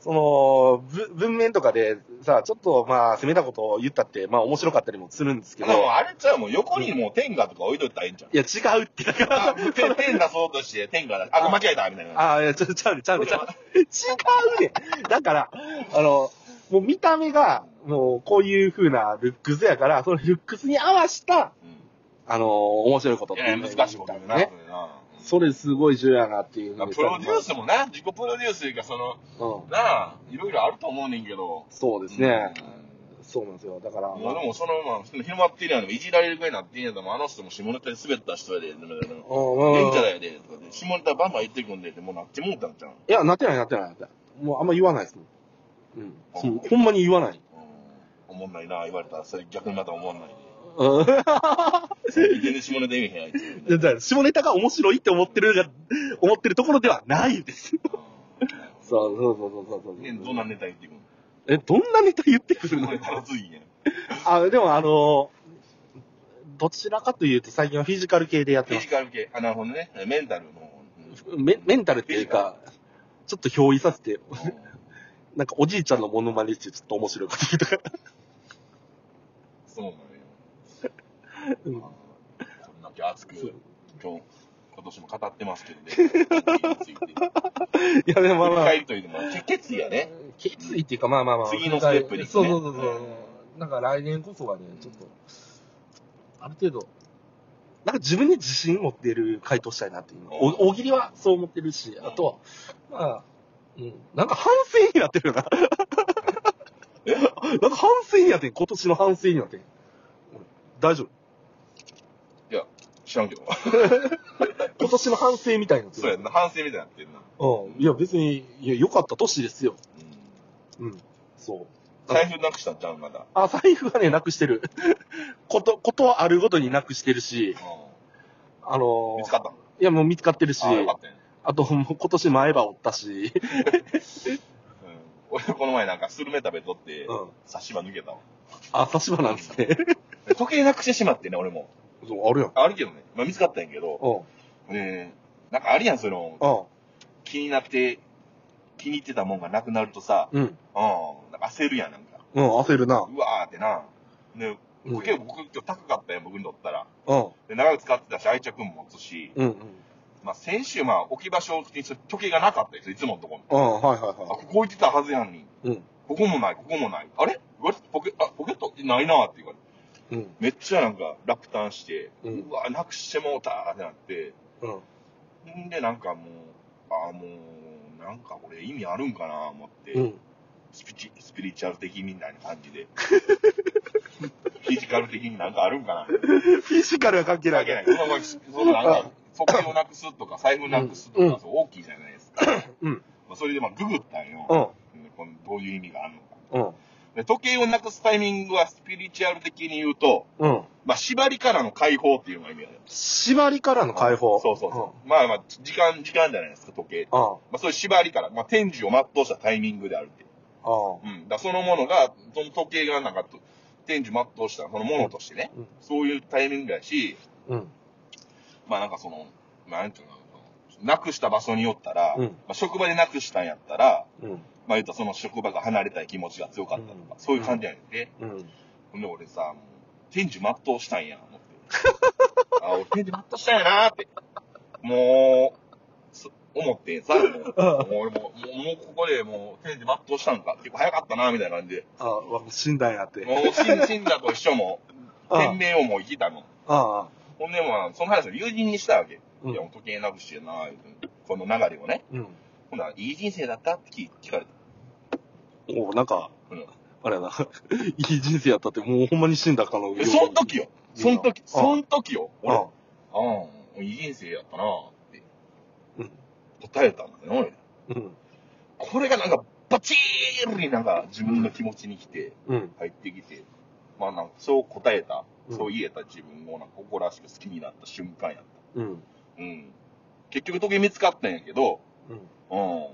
Speaker 1: その、ぶ文面とかでさ、ちょっとまあ、攻めたことを言ったって、まあ面白かったりもするんですけ
Speaker 2: で
Speaker 1: ど、
Speaker 2: もあれちゃうもん、横にもう天下とか置いといたらいいんじゃん。
Speaker 1: いや、違う って、だから、
Speaker 2: あ、 天天出そうとして天下だ。あ、これ間違えたみたいな。
Speaker 1: ああ、いや、ちょ、ちゃうね、ちゃうね、ちゃうね。違うね。だから、あの、もう見た目が、もうこういう風なルックスやから、そのルックスに合わした、
Speaker 2: うん
Speaker 1: あの面白いことっ
Speaker 2: い
Speaker 1: てい
Speaker 2: や、
Speaker 1: うのが
Speaker 2: 難しいことだな。
Speaker 1: ね。
Speaker 2: それな
Speaker 1: それすごい重要やなっていう
Speaker 2: ま
Speaker 1: の
Speaker 2: あ
Speaker 1: で
Speaker 2: プロデュースもな、自己プロデュースというか、その、
Speaker 1: うん。
Speaker 2: なあ、いろいろあると思うねんけど。
Speaker 1: そうですね。そうなんですよ。だから、
Speaker 2: もうでもそのまま広まってるやん。いじられるぐらいになってんやったら、もうあの人も下ネタで滑った人やで、みたいな。
Speaker 1: うんうん
Speaker 2: レンチャーやで、とかで、下ネタバンバン言ってくんで、ってもうなってもうたんちゃう
Speaker 1: いや、なってない、なってない、なってない。もうあんま言わないですもん。うんそう。ほんまに言わない。
Speaker 2: うん。おもんないな、言われたら、それ逆にまたおもんないで。
Speaker 1: うん。
Speaker 2: 全然下ネタ意味へん、あいつ。みた
Speaker 1: だ
Speaker 2: い
Speaker 1: から下ネタが面白いって思ってるが、 思ってるところではないです。
Speaker 2: な
Speaker 1: そうそうそうそうそうそう。
Speaker 2: ねどんなネタ言ってくんの
Speaker 1: え、どんなネタ言ってくる
Speaker 2: 下
Speaker 1: の
Speaker 2: ネタの次やん。
Speaker 1: あ、でもあのどちらかというと最近はフィジカル系でやっ
Speaker 2: フ
Speaker 1: て
Speaker 2: ィ
Speaker 1: ま
Speaker 2: ジ
Speaker 1: す。
Speaker 2: カル系。あ、なるほどね。メンタルの方。うん
Speaker 1: メメンタルっていうか、ちょっと憑依させて、
Speaker 2: うん
Speaker 1: なんかおじいちゃんのモノマネしてちょっと面白いこと言うとか。
Speaker 2: そうなんや。
Speaker 1: う
Speaker 2: ま
Speaker 1: ん
Speaker 2: あこんだけ熱く、
Speaker 1: そう
Speaker 2: 今日、今年も語ってますけ どね。
Speaker 1: いや、でも
Speaker 2: 振り
Speaker 1: まあまあ
Speaker 2: 返、りというのも、け決意やね。
Speaker 1: 決意っていうかまあまあまあ。
Speaker 2: 次のステップに行くね
Speaker 1: そうそうそうそう。なんか来年こそはね、ちょっと、ある程度、なんか自分に自信持っている回答したいなっていうの。お大喜利はそう思ってるし、あとは、まあ、うん、なんか反省になってるよな。 なんか反省になってん。今年の反省になってん。うん大丈夫。
Speaker 2: 知らんけど。
Speaker 1: 今年の反省みたいな。
Speaker 2: そうやんな。反省みたいになってんな。
Speaker 1: うん。いや、別に、いや、良かった年ですよ。
Speaker 2: うん
Speaker 1: うん。そう。
Speaker 2: 財布なくしたんちゃうまだ。
Speaker 1: あ、財布はね、なくしてる。 こと、ことはあるごとになくしてるし、あのー
Speaker 2: 見つかったの
Speaker 1: いや、もう見つかってるし、
Speaker 2: ああ、よか
Speaker 1: あ
Speaker 2: ったね。
Speaker 1: と、もう今年前歯折ったし、
Speaker 2: うん俺、この前なんかスルメ食べとって
Speaker 1: う、ん。
Speaker 2: 差し歯抜けたわ。
Speaker 1: あ、差し歯なんですね。
Speaker 2: 時計なくしてしまってね、俺も。
Speaker 1: そう、あるやん。
Speaker 2: あるけどね。まあ見つかったんやけど、
Speaker 1: うん。うん。
Speaker 2: ねなんかあるやん、そういうの。気になって、気に入ってたもんがなくなるとさ、
Speaker 1: うん。
Speaker 2: うん、なんか焦るやん、なんか。
Speaker 1: うん、焦るな。
Speaker 2: うわーってな。ね、
Speaker 1: うん。うん
Speaker 2: 時計僕今日高かったやん、僕にとったら。。
Speaker 1: うん
Speaker 2: で、長く使ってたし、愛着も持つし、
Speaker 1: うん。
Speaker 2: まあ先週、まあ置き場所を気にする時計がなかったですよ、いつものとこに。
Speaker 1: うん、はい
Speaker 2: あ、
Speaker 1: は
Speaker 2: ここ置いてたはずやん
Speaker 1: い
Speaker 2: に。
Speaker 1: はい。うん。
Speaker 2: ここもない、ここもない。あれこれポケあポケットないなーって言うから、
Speaker 1: うん。
Speaker 2: めっちゃなんか落胆して、
Speaker 1: う
Speaker 2: うんわ、なくしてもうたーってなって、
Speaker 1: うん。
Speaker 2: んでなんかもう、あーもう、なんかこれ意味あるんかなー思って、
Speaker 1: うん。
Speaker 2: スピチ、スピリチュアル的みたいな感じで、 フィジカル的になんかあるんかなって
Speaker 1: フィジカルは関係な
Speaker 2: だ
Speaker 1: い
Speaker 2: け
Speaker 1: け
Speaker 2: ない。
Speaker 1: ど。
Speaker 2: そのなんかそのなんか、時計をなくすとか、財布なくすと
Speaker 1: うんうん
Speaker 2: か、そう大きいじゃないですか。
Speaker 1: うん
Speaker 2: まあそれでまあググったんよ。うんこのどういう意味があるのか。
Speaker 1: うん。うん。
Speaker 2: で時計をなくすタイミングはスピリチュアル的に言うと、
Speaker 1: うん。
Speaker 2: まあ、縛りからの解放っていうのが意味ある。
Speaker 1: 縛りからの解放。
Speaker 2: そうそうそう。まあまあ、時間、時間じゃないですか、時計。
Speaker 1: うん。うん。
Speaker 2: まあ、そういう縛りから、まあ、天寿を全うしたタイミングであるって。
Speaker 1: うん。
Speaker 2: うん。だからそのものが、その時計がなんかと、天寿全うした、そのものとしてね、
Speaker 1: うん
Speaker 2: そういうタイミングやし、
Speaker 1: うん。
Speaker 2: まあなんかその、なんていうのかな、なくした場所によったら、
Speaker 1: うん
Speaker 2: まあ、職場でなくしたんやったら、
Speaker 1: うん。
Speaker 2: まあ言うとその職場が離れたい気持ちが強かったとか、
Speaker 1: うん
Speaker 2: そういう感じやねんね。
Speaker 1: うん。
Speaker 2: ほんで俺さ、もう天寿全うしたんや、思って。 あ、俺天寿全うしたんやなーって。もう、そ思ってさ、もうもう俺も、もうもうここでもう天寿全うしたんか。結構早かったな、みたいな感じで。
Speaker 1: あ、わ死んだんやって。
Speaker 2: もう死 ん死んだと一緒も、
Speaker 1: うん
Speaker 2: 天命をもう生きたの。
Speaker 1: ああ。
Speaker 2: ほんでまあ、その話を友人にしたわけ。
Speaker 1: うん
Speaker 2: いや、もう時計なくしてな、言うてこの流れをね。
Speaker 1: うん。
Speaker 2: ほんなら、いい人生だったって聞聞かれた。
Speaker 1: おなんか、
Speaker 2: うん
Speaker 1: あれやな、 いい人生やったって、もうほんまに死んだかのように
Speaker 2: え、そん時よ。そん時
Speaker 1: う、ん
Speaker 2: そん時よ。
Speaker 1: うん
Speaker 2: 俺、ああ、いい人生やったな、って
Speaker 1: うん。
Speaker 2: 答えたんだよ、俺。
Speaker 1: うん。
Speaker 2: これがなんか、バチーンになんか自分の気持ちに来て、
Speaker 1: うん。
Speaker 2: 入ってきて、まあなんか、そう答えた、
Speaker 1: うん
Speaker 2: そう言えた自分をなんか誇らしく好きになった瞬間やっ
Speaker 1: うん。
Speaker 2: た。うん。結局時計見つかったんやけど、
Speaker 1: うん。
Speaker 2: う
Speaker 1: ほ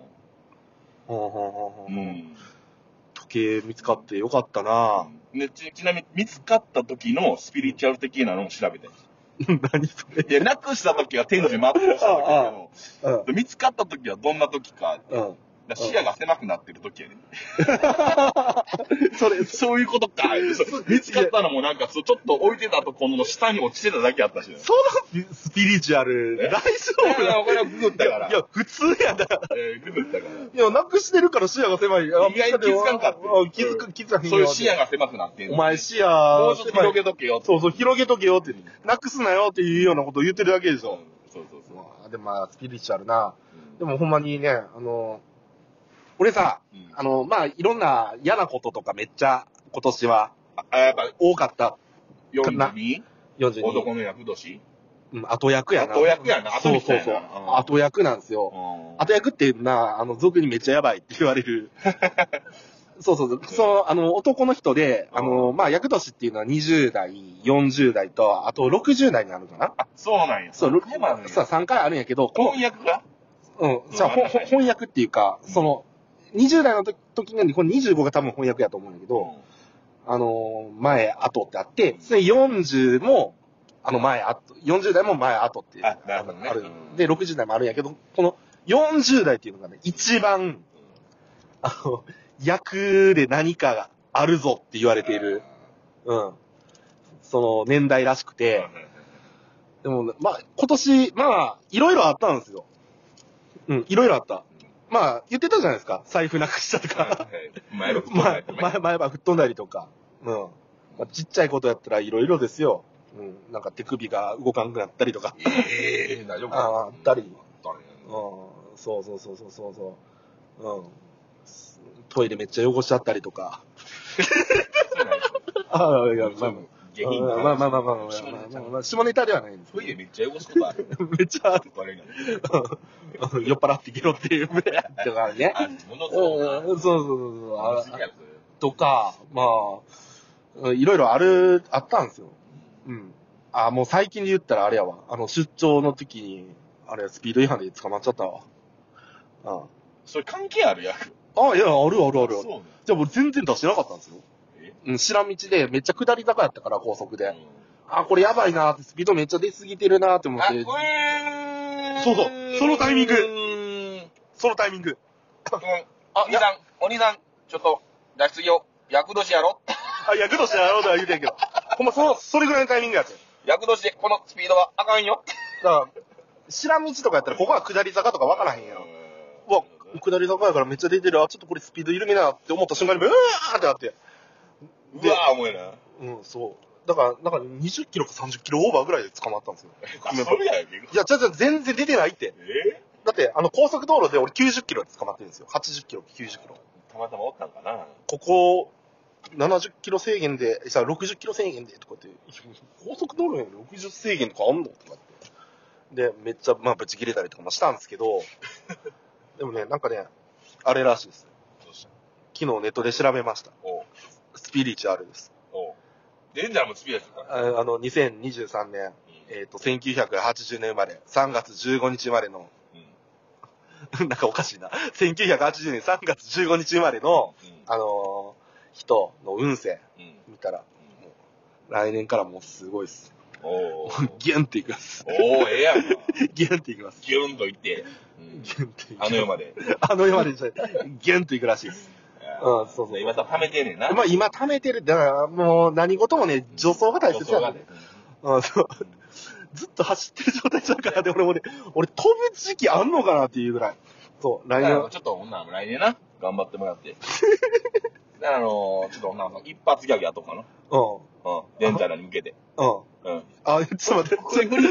Speaker 1: うほうほうほう。
Speaker 2: ん。うん。
Speaker 1: 時計見つかってよかったな
Speaker 2: でちちなみに、見つかった時のスピリチュアル的なのを調べて
Speaker 1: 何それ
Speaker 2: いや、なくした時は天寿待ってした時やけど、
Speaker 1: うん。
Speaker 2: 見つかった時はどんな時か、
Speaker 1: うん。
Speaker 2: だから視野が狭くなってる時やねん。
Speaker 1: それ、
Speaker 2: そういうことか。そう見つかったのもなんか、そうちょっと置いてたところの下に落ちてただけあったし、ね。
Speaker 1: そのスピリチュアル、
Speaker 2: え
Speaker 1: 大丈
Speaker 2: だ
Speaker 1: 夫
Speaker 2: から、これはググったか
Speaker 1: い
Speaker 2: ら。
Speaker 1: や、普通やだ。
Speaker 2: えーググったから。
Speaker 1: いや、なくしてるから視野が狭い。意
Speaker 2: 意外に気づかんかった
Speaker 1: 気づか、気づかへん
Speaker 2: そういう視野が狭くなってんの
Speaker 1: お前視野、
Speaker 2: もうちょっと広げとけよ。
Speaker 1: そうそう、広げとけよって
Speaker 2: うん。
Speaker 1: なくすなよっていうようなことを言ってるだけでし
Speaker 2: そう
Speaker 1: ょ。
Speaker 2: そうそうそう。
Speaker 1: あでもまあ、スピリチュアルな。
Speaker 2: うん
Speaker 1: でもほんまにね、あの、俺さ、
Speaker 2: うん
Speaker 1: あの、まあ、いろんな嫌なこととかめっちゃ今年は
Speaker 2: あ、やっぱ、
Speaker 1: 多かった。
Speaker 2: 42?
Speaker 1: 42。
Speaker 2: 男の役年
Speaker 1: うん、後役やな。
Speaker 2: 後役やな。
Speaker 1: そう
Speaker 2: 後
Speaker 1: そう
Speaker 2: みた
Speaker 1: そ
Speaker 2: いうな。。
Speaker 1: 後役なんですよ。
Speaker 2: うん
Speaker 1: 後役ってな、あの、俗にめっちゃやばいって言われ る。そうそうそう。その、あの、男の人で、あの、まあ、役年っていうのは20代、40代と、あと60代になるのかな
Speaker 2: あ、そうなんや。
Speaker 1: そう、ろ
Speaker 2: そうなんや
Speaker 1: そう、3回あるんやけど、この
Speaker 2: 婚約が
Speaker 1: うん、じゃあ、ほほ翻訳っていうか、その、20代の時時なんで、この25が多分翻訳やと思うんだけど、あのー、前、後ってあって、それ40も、あの、前、後、40代も前、後って
Speaker 2: あなるほどね
Speaker 1: ある
Speaker 2: うん
Speaker 1: で、60代もあるんやけど、この40代っていうのがね、一番、あの、役で何かがあるぞって言われている、うん。その、年代らしく
Speaker 2: うん。
Speaker 1: て、でもね、まあ、今年、まあ、いろいろあったんですよ。うん、いろいろあった。まあ、言ってたじゃないですか。財布なくしたと か。
Speaker 2: 前
Speaker 1: 前、前、前歯吹っ飛んだりとか。うん。まあ、ちっちゃいことやったらいろいろですよ。うん、なんか手首が動かんくなったりとか、
Speaker 2: ええー、大丈夫か
Speaker 1: ああったり、うん、
Speaker 2: ったね
Speaker 1: そうそうそうそうそうそう、うん、トイレめっちゃ汚しちゃったりとか、
Speaker 2: そうなんですよ
Speaker 1: ああ、いや、まあ
Speaker 2: 下品な
Speaker 1: まあまあまあまあまあまあ
Speaker 2: 下ネタ
Speaker 1: まあまあ、下ネタではないんです
Speaker 2: トイレめっちゃ汚すことある。
Speaker 1: めっちゃ、
Speaker 2: バレるの
Speaker 1: うん 酔っ払ってゲロっていうぐらいとかね。
Speaker 2: あ、ものすごいな。
Speaker 1: うん、そうそうそうそう。
Speaker 2: あ
Speaker 1: あとか、まあ、いろいろある、あったんですよ。うん。あ、もう最近で言ったらあれやわ。あの、出張の時に、あれ、スピード違反で捕まっちゃったわ。あ
Speaker 2: それ関係あるやん。
Speaker 1: あ、あいや、あるあるある
Speaker 2: そう。ね。
Speaker 1: じゃあもう全然出してなかったんですよ。
Speaker 2: え
Speaker 1: うん、知らん道で、めっちゃ下り坂やったから、高速で。
Speaker 2: うん
Speaker 1: あ、これやばいなって、スピードめっちゃ出過ぎてるなって思っ
Speaker 2: あ、
Speaker 1: て、
Speaker 2: うーん
Speaker 1: そうそうそのタイミング
Speaker 2: うーん
Speaker 1: そのタイミング。
Speaker 3: あ
Speaker 2: お兄さん、お兄さん、ちょっと、出しすぎよ。厄年やろ
Speaker 1: あ、いや、グドしてやろうとは言うてん けど。ほんま、その、それぐらいのタイミングやって。
Speaker 2: 厄年でこのスピードはあかんよ。
Speaker 1: だから、知らん道とかやったら、ここは下り坂とかわからへんやん。うわ、下り坂やからめっちゃ出てる。あ、ちょっとこれスピード緩めなって思った瞬間に、うわーってなって。
Speaker 2: うわぁ、重いな。
Speaker 1: うん、そう。だから、なんか20キロか30キロオーバーぐらいで捕まったんですよ。
Speaker 2: あそれやよ、結
Speaker 1: いや、ちゃちゃ全然出てないって。
Speaker 2: え
Speaker 1: だって、あの、高速道路で俺90キロで捕まってるんですよ。80キロ、90キロ。
Speaker 2: たまたまおったんかな。
Speaker 1: ここ、70キロ制限で、さ、60キロ制限で、とかって、高速道路に60制限とかあんのとかって。で、めっちゃ、まあ、ぶち切れたりとかもしたんですけど、でもね、なんかね、あれらしいです。
Speaker 2: どうした
Speaker 1: 昨日ネットで調べました。
Speaker 2: おう
Speaker 1: スピリチュアルです。
Speaker 2: おうデンジャーもスピードやった。
Speaker 1: ああの、2023年、
Speaker 2: うん
Speaker 1: えっ、と、1980年生まれ、3月15日生まれの、
Speaker 2: うん。
Speaker 1: なんかおかしいな、1980年3月15日生まれの、あのー人の運勢
Speaker 2: うん。うん。
Speaker 1: 見たら、来年からもうすごいっす。
Speaker 2: おう
Speaker 1: ギュンっていきます。
Speaker 2: おうええやんか。
Speaker 1: ギュンっていきます。
Speaker 2: ギュンといって。うん
Speaker 1: ギュンっていきま
Speaker 2: あ
Speaker 1: す
Speaker 2: の世まで。
Speaker 1: あの世までじゃないギュンっていくらしいです。うんそうそう
Speaker 2: 今さ、貯めてんねんな。
Speaker 1: まあ今貯めてる、だからもう何事もね、助走が大切
Speaker 2: そう
Speaker 1: な
Speaker 2: だ
Speaker 1: んで。
Speaker 2: ね
Speaker 1: うんそうずっと走ってる状態だからで、俺もね、俺飛ぶ時期あんのかなっていうぐらい。そう、
Speaker 2: だ
Speaker 1: 来
Speaker 2: から
Speaker 1: 年。
Speaker 2: ちょっと女の子来年な、頑張ってもら って。だからあのー、ちょっと女の子一発ギャグやっとこうかな。
Speaker 1: う
Speaker 2: うん。デンジャーに向けて。
Speaker 1: ん。うん。
Speaker 2: うん。
Speaker 1: あ、ちょっと待って。
Speaker 2: これ、これ、こ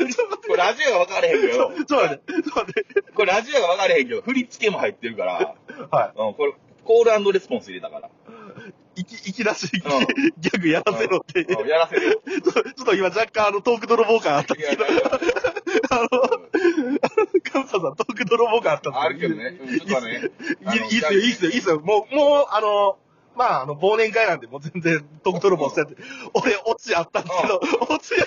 Speaker 2: れラジオが分かれへんけど、
Speaker 1: ちょっと待って。ちょっと待って。
Speaker 2: これラジオが分かれへんけど、振り付けも入ってるから、
Speaker 1: は
Speaker 2: うん、これ、コールレスポンス入れたから。
Speaker 1: い。いき、いき出し、ギ
Speaker 2: うん
Speaker 1: ャグやらせろって。ち
Speaker 2: う
Speaker 1: ょ
Speaker 2: んやらせるよ。
Speaker 1: っとちょっと今若干あのトーク泥棒感あったん
Speaker 2: い
Speaker 1: です
Speaker 2: や
Speaker 1: け
Speaker 2: い
Speaker 1: ど、
Speaker 2: やいや
Speaker 1: あの、カムサさんトーク泥棒感あったんです
Speaker 2: あるけどね。うんちょっとね。あの
Speaker 1: いいいいっすよ、いいっすよ、いいっすよ。もう、もう、あの、まあ、あの、忘年会なんで、もう全然、トーク泥棒しちゃって。俺、オチあったんですけど、オチ、い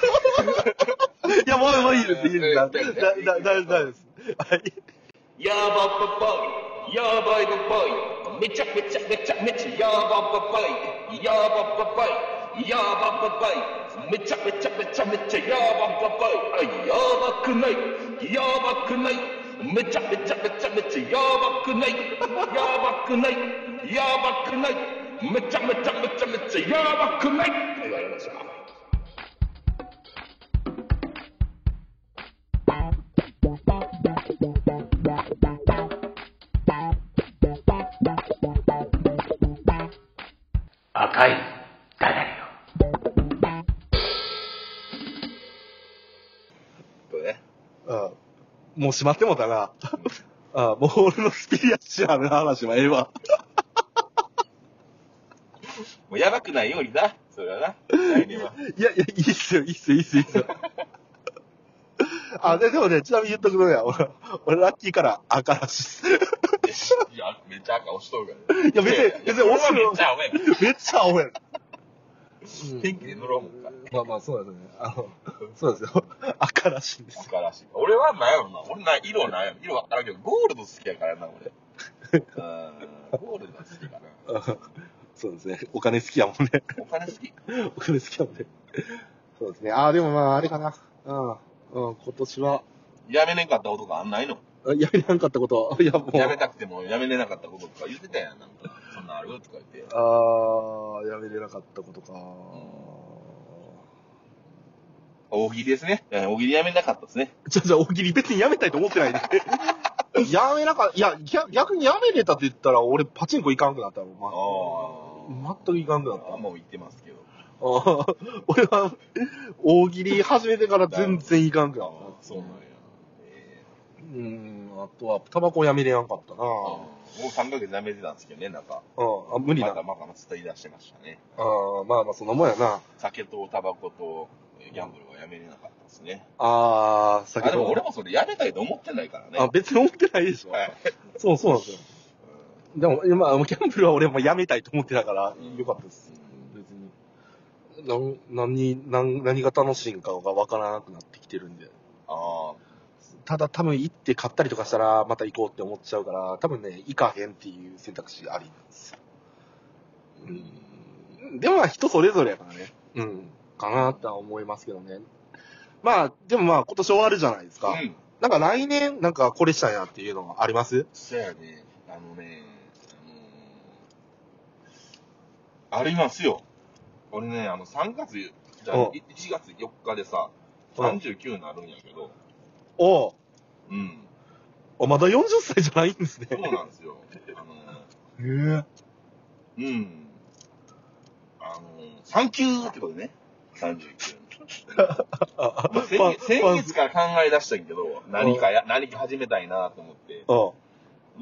Speaker 1: や、もう、もういいです、いいです。だ、だ、だ、だ、だです。はい。
Speaker 3: ヤーバッババイヤーバイババイめちゃめちゃめちゃめちゃヤーバッババイヤーバッババイヤーバッババイめちゃめちゃめちゃめちゃヤーバッババイあヤーバくないヤーバくないめちゃめちゃめちゃめちゃヤーバくないヤーバくないヤーバくないめちゃめちゃめちゃめちゃヤーバくないって言われました
Speaker 4: 赤いダダレよ
Speaker 2: ちょっとね
Speaker 1: あもう閉まってもうたな。あもう俺のスピリアチュアルな話はええわ。
Speaker 2: もうやばくないようにな。それは な。来年は。
Speaker 1: いやいや、いいっすよ、いいっすよ、いいっすよ、いいっすよ。あ、で、でもね、ちなみに言っとくのね、俺、俺ラッキーから赤らしいっす。
Speaker 2: いや、めっちゃ赤押しとるからね。
Speaker 1: いや別に別に
Speaker 2: 俺
Speaker 1: 俺
Speaker 2: は
Speaker 1: は
Speaker 2: めっちゃ青やん。
Speaker 1: めっちゃ青やん。
Speaker 2: 天気で乗ろうもんか。
Speaker 1: まあまあ、そうですね。あの、そうですよ。赤らしいんですよ。
Speaker 2: 赤らしい。俺はなんやろな。俺な、色なんやろ。色分からんけど、ゴールド好きやからな、俺。うん。ゴールドが好きかな。
Speaker 1: そうですね。お金好きやもんね。
Speaker 2: お金好き。
Speaker 1: お金好きやもんね。そうですね。ああ、でもまあ、あれかな。うん。うん、今年は、
Speaker 2: やめねんかったことがあんないの
Speaker 1: あやめらんかったこと。い や、もう。
Speaker 2: やめたくてもやめれなかったこととか言ってたやん、なんか。そんなんあるとか言って。
Speaker 1: あー、やめれなかったことか。
Speaker 2: 大喜利ですね。えー大喜利やめなかったですね。
Speaker 1: じゃあ、じゃあ、大喜利別にやめたいと思ってないで。 やめなかいや、逆逆にやめれたって言ったら、俺パチンコ行かんくなったもん、
Speaker 2: ああ。
Speaker 1: ま、全く行かんくなっ
Speaker 2: あんま言ってますけど。
Speaker 1: た。ああ俺は、大喜利始めてから全然いかんか
Speaker 2: あ
Speaker 1: ら。
Speaker 2: あ、そうなんや。え
Speaker 1: うん、あとは、タバコやめれやんかったな。
Speaker 2: ーもう3ヶ月やめてたんですけどね、なんか。
Speaker 1: うん、あ無理だ。
Speaker 2: ま
Speaker 1: あ
Speaker 2: だまだまだ伝え出してましたね。
Speaker 1: あまあまあ、そのもんやな。
Speaker 2: 酒とタバコとギャンブルはやめれなかったですね。
Speaker 1: ああ、
Speaker 2: あ、
Speaker 1: 酒
Speaker 2: で
Speaker 1: と
Speaker 2: も俺もそれやめたいと思ってないからね。
Speaker 1: あ、別に思ってないでしょ。
Speaker 2: はい。
Speaker 1: そう、そうなんですよ。でも、今、あのギャンブルは俺もやめたいと思ってたから、よかったです。別に。なん何何何が楽しいんかが分からなくなってきてるんで。
Speaker 2: あ
Speaker 1: ただ多分行って買ったりとかしたらまた行こうって思っちゃうから、多分ね、行かへんっていう選択肢ありなんですよ。うん。でもまあ人それぞれやからね。うん。かなとは思いますけどね。まあ、でもまあ今年終わるじゃないです
Speaker 2: あ。
Speaker 1: か。
Speaker 2: うん。
Speaker 1: なんか来年なんかこれしたいなっていうのはあります
Speaker 2: そやね、あのね、あのーありますよ。俺ね、あの、3月、じゃあ
Speaker 1: うん
Speaker 2: 1月4日でさ、
Speaker 1: うん
Speaker 2: 39になるんやけど、
Speaker 1: おう
Speaker 2: うん。
Speaker 1: お、まだ40歳じゃないんですね。
Speaker 2: そうなんですよ。あ
Speaker 1: へ
Speaker 2: の
Speaker 1: え。
Speaker 2: ーうん。あのー、産休ってことね。39。
Speaker 1: あ、
Speaker 2: まあ先
Speaker 1: パン
Speaker 2: 月先月から考え出したけど、何かや、何か始めたいなと思って。
Speaker 1: うん。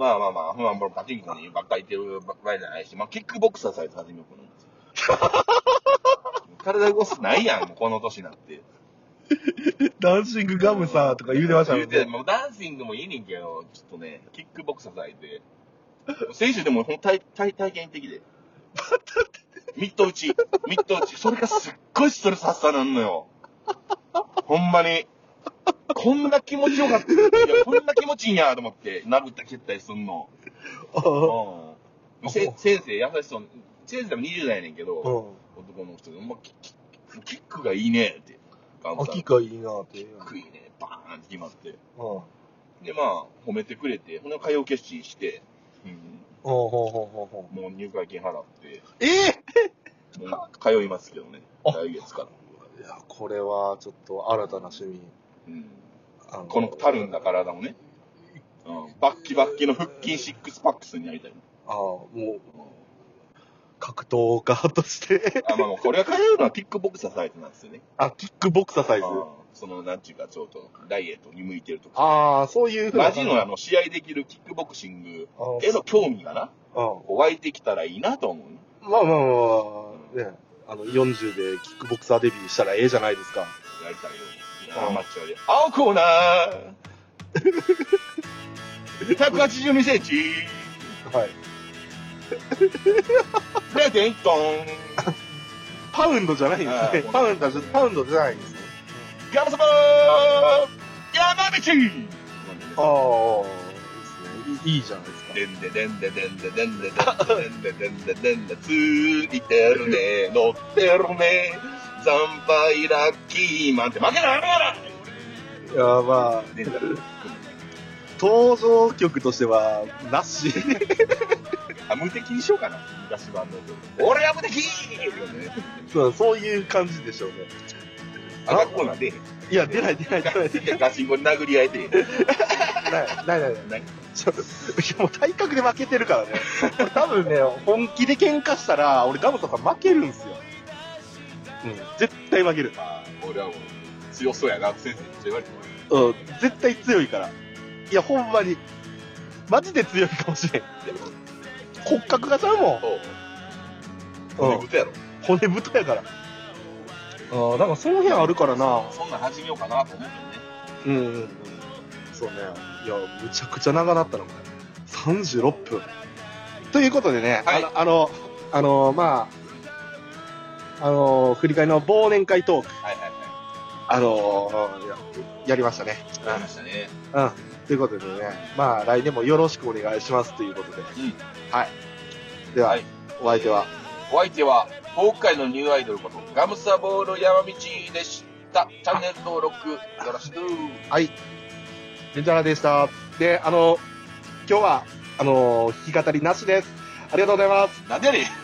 Speaker 2: まあまあまあ、まあ、パチンコにばっかり行ってるばっかりじゃないし、まあ、キックボクサーさえ始めようかなんですよ。体動かすない やん、もうこの年になって。
Speaker 1: ダンシングガムさ、とか言うてましたも
Speaker 2: 言
Speaker 1: ん
Speaker 2: うて、
Speaker 1: ね。
Speaker 2: もうダンシングもいいねんけど、ちょっとね、キックボクサーさえで。選手でもほん体体体験的で。ミット打ち、ミット打ち、それがすっごいストレス発散なんのよ。ほんまに。こんな気持ちよかった。いや、こんな気持ちいいんやと思って、殴ったり蹴ったりすんの。
Speaker 1: あ
Speaker 2: うんせ先生、優しそう。先生でも20代やねんけ
Speaker 1: う
Speaker 2: ど、
Speaker 1: ん。
Speaker 2: 男の人で、ほんまキキキックがいいねって。ガンさん
Speaker 1: 秋がいいなって。
Speaker 2: キックいいね。バーンって決まって。
Speaker 1: うん。
Speaker 2: で、まあ、褒めてくれて、ほんで、通う決心して、うん
Speaker 1: ほうほうほうほうほ
Speaker 2: もう入会金払って、
Speaker 1: う。ええ
Speaker 2: もう通いますけどね、
Speaker 1: あ
Speaker 2: 来月から。
Speaker 1: いや、これはちょっと新たな趣味。
Speaker 2: うん、
Speaker 1: あの
Speaker 2: このたるんだ体もね、うん、バッキバッキの腹筋シックスパックスになりたい。
Speaker 1: ああ、もう、格闘家として。
Speaker 2: あ、まあもう、これは通うのはキックボクサーサイズなんですよね。
Speaker 1: あ、キックボクサーサイズ。
Speaker 2: うんその、なんちゅうか、ちょっと、ダイエットに向いてるとか。
Speaker 1: ああ、そういうふうな
Speaker 2: マ
Speaker 1: 感じ。
Speaker 2: ジのあの、試合できるキックボクシング
Speaker 1: あの
Speaker 2: への興味がな、
Speaker 1: う
Speaker 2: 湧いてきたらいいなと思うね。
Speaker 1: ん。まあまあまあまあ、ね。あの、40でキックボクサーデビューしたらええじゃないですか。
Speaker 2: やりたい
Speaker 1: あ
Speaker 2: よ。
Speaker 1: あ
Speaker 2: アマチュアで。青コーナー !182 センチ
Speaker 1: はい。
Speaker 2: !0.1 トン
Speaker 1: パウンドじゃないん
Speaker 2: あ
Speaker 1: ですね
Speaker 2: ー。
Speaker 1: パウンドじゃ、パウンドじゃないんですね。
Speaker 2: ガムサバ山
Speaker 1: あ
Speaker 2: 道
Speaker 1: あ、いいですね。いいいじゃないですか。
Speaker 2: でんででんででんででんででんででんででんでついてるね乗ってるね惨敗ラッキーマンって負けないや
Speaker 1: いや、まあ、
Speaker 2: ろでんだ
Speaker 1: 登場曲としては、なし。
Speaker 2: あ、無敵にしようかな。昔版の。俺は無敵
Speaker 1: そう、そういう感じでしょうね。
Speaker 2: あ、学校なんで。
Speaker 1: いや、出ない出ない出ない出ない。
Speaker 2: ガチンコに殴り合えて。
Speaker 1: ないないないな
Speaker 2: ないい。
Speaker 1: ちょいやもう体格で負けてるからね。俺多分ね、本気で喧嘩したら、俺ガムとか負けるんすよ。うん、絶対負ける。
Speaker 2: まあ、俺はもう、強そうやな、先生に言われて
Speaker 1: うん、絶対強いから。いや、ほんまに。マジで強いかもしれん。骨格がちゃうもん。
Speaker 2: そ
Speaker 1: う、
Speaker 2: う。うんん。やろ。
Speaker 1: 骨太やから。ああ、なんかその辺あるからな。
Speaker 2: そんなん始めようかなと思うけどね。
Speaker 1: うんうんうん。そうね。いや、むちゃくちゃ長なったな、これ。36分。ということでね、
Speaker 2: はい
Speaker 1: あの、あの、あのまあ、あの、振り返りの忘年会トーク、
Speaker 2: はいはいは
Speaker 1: あのや、やりましたね。
Speaker 2: い。わかりましたね。
Speaker 1: うん。ということでね、まあ、来年もよろしくお願いしますということで。
Speaker 2: ん
Speaker 1: はい。では、
Speaker 2: はい
Speaker 1: お相手は、
Speaker 2: お相手は、今回のニューアイドルこと、ガムサボール山道でした。チャンネル登録、よろしく。
Speaker 1: レンジャラでした。で、あの、今日は、あの、弾き語りなしです。ありがとうございます。
Speaker 2: なんでやねん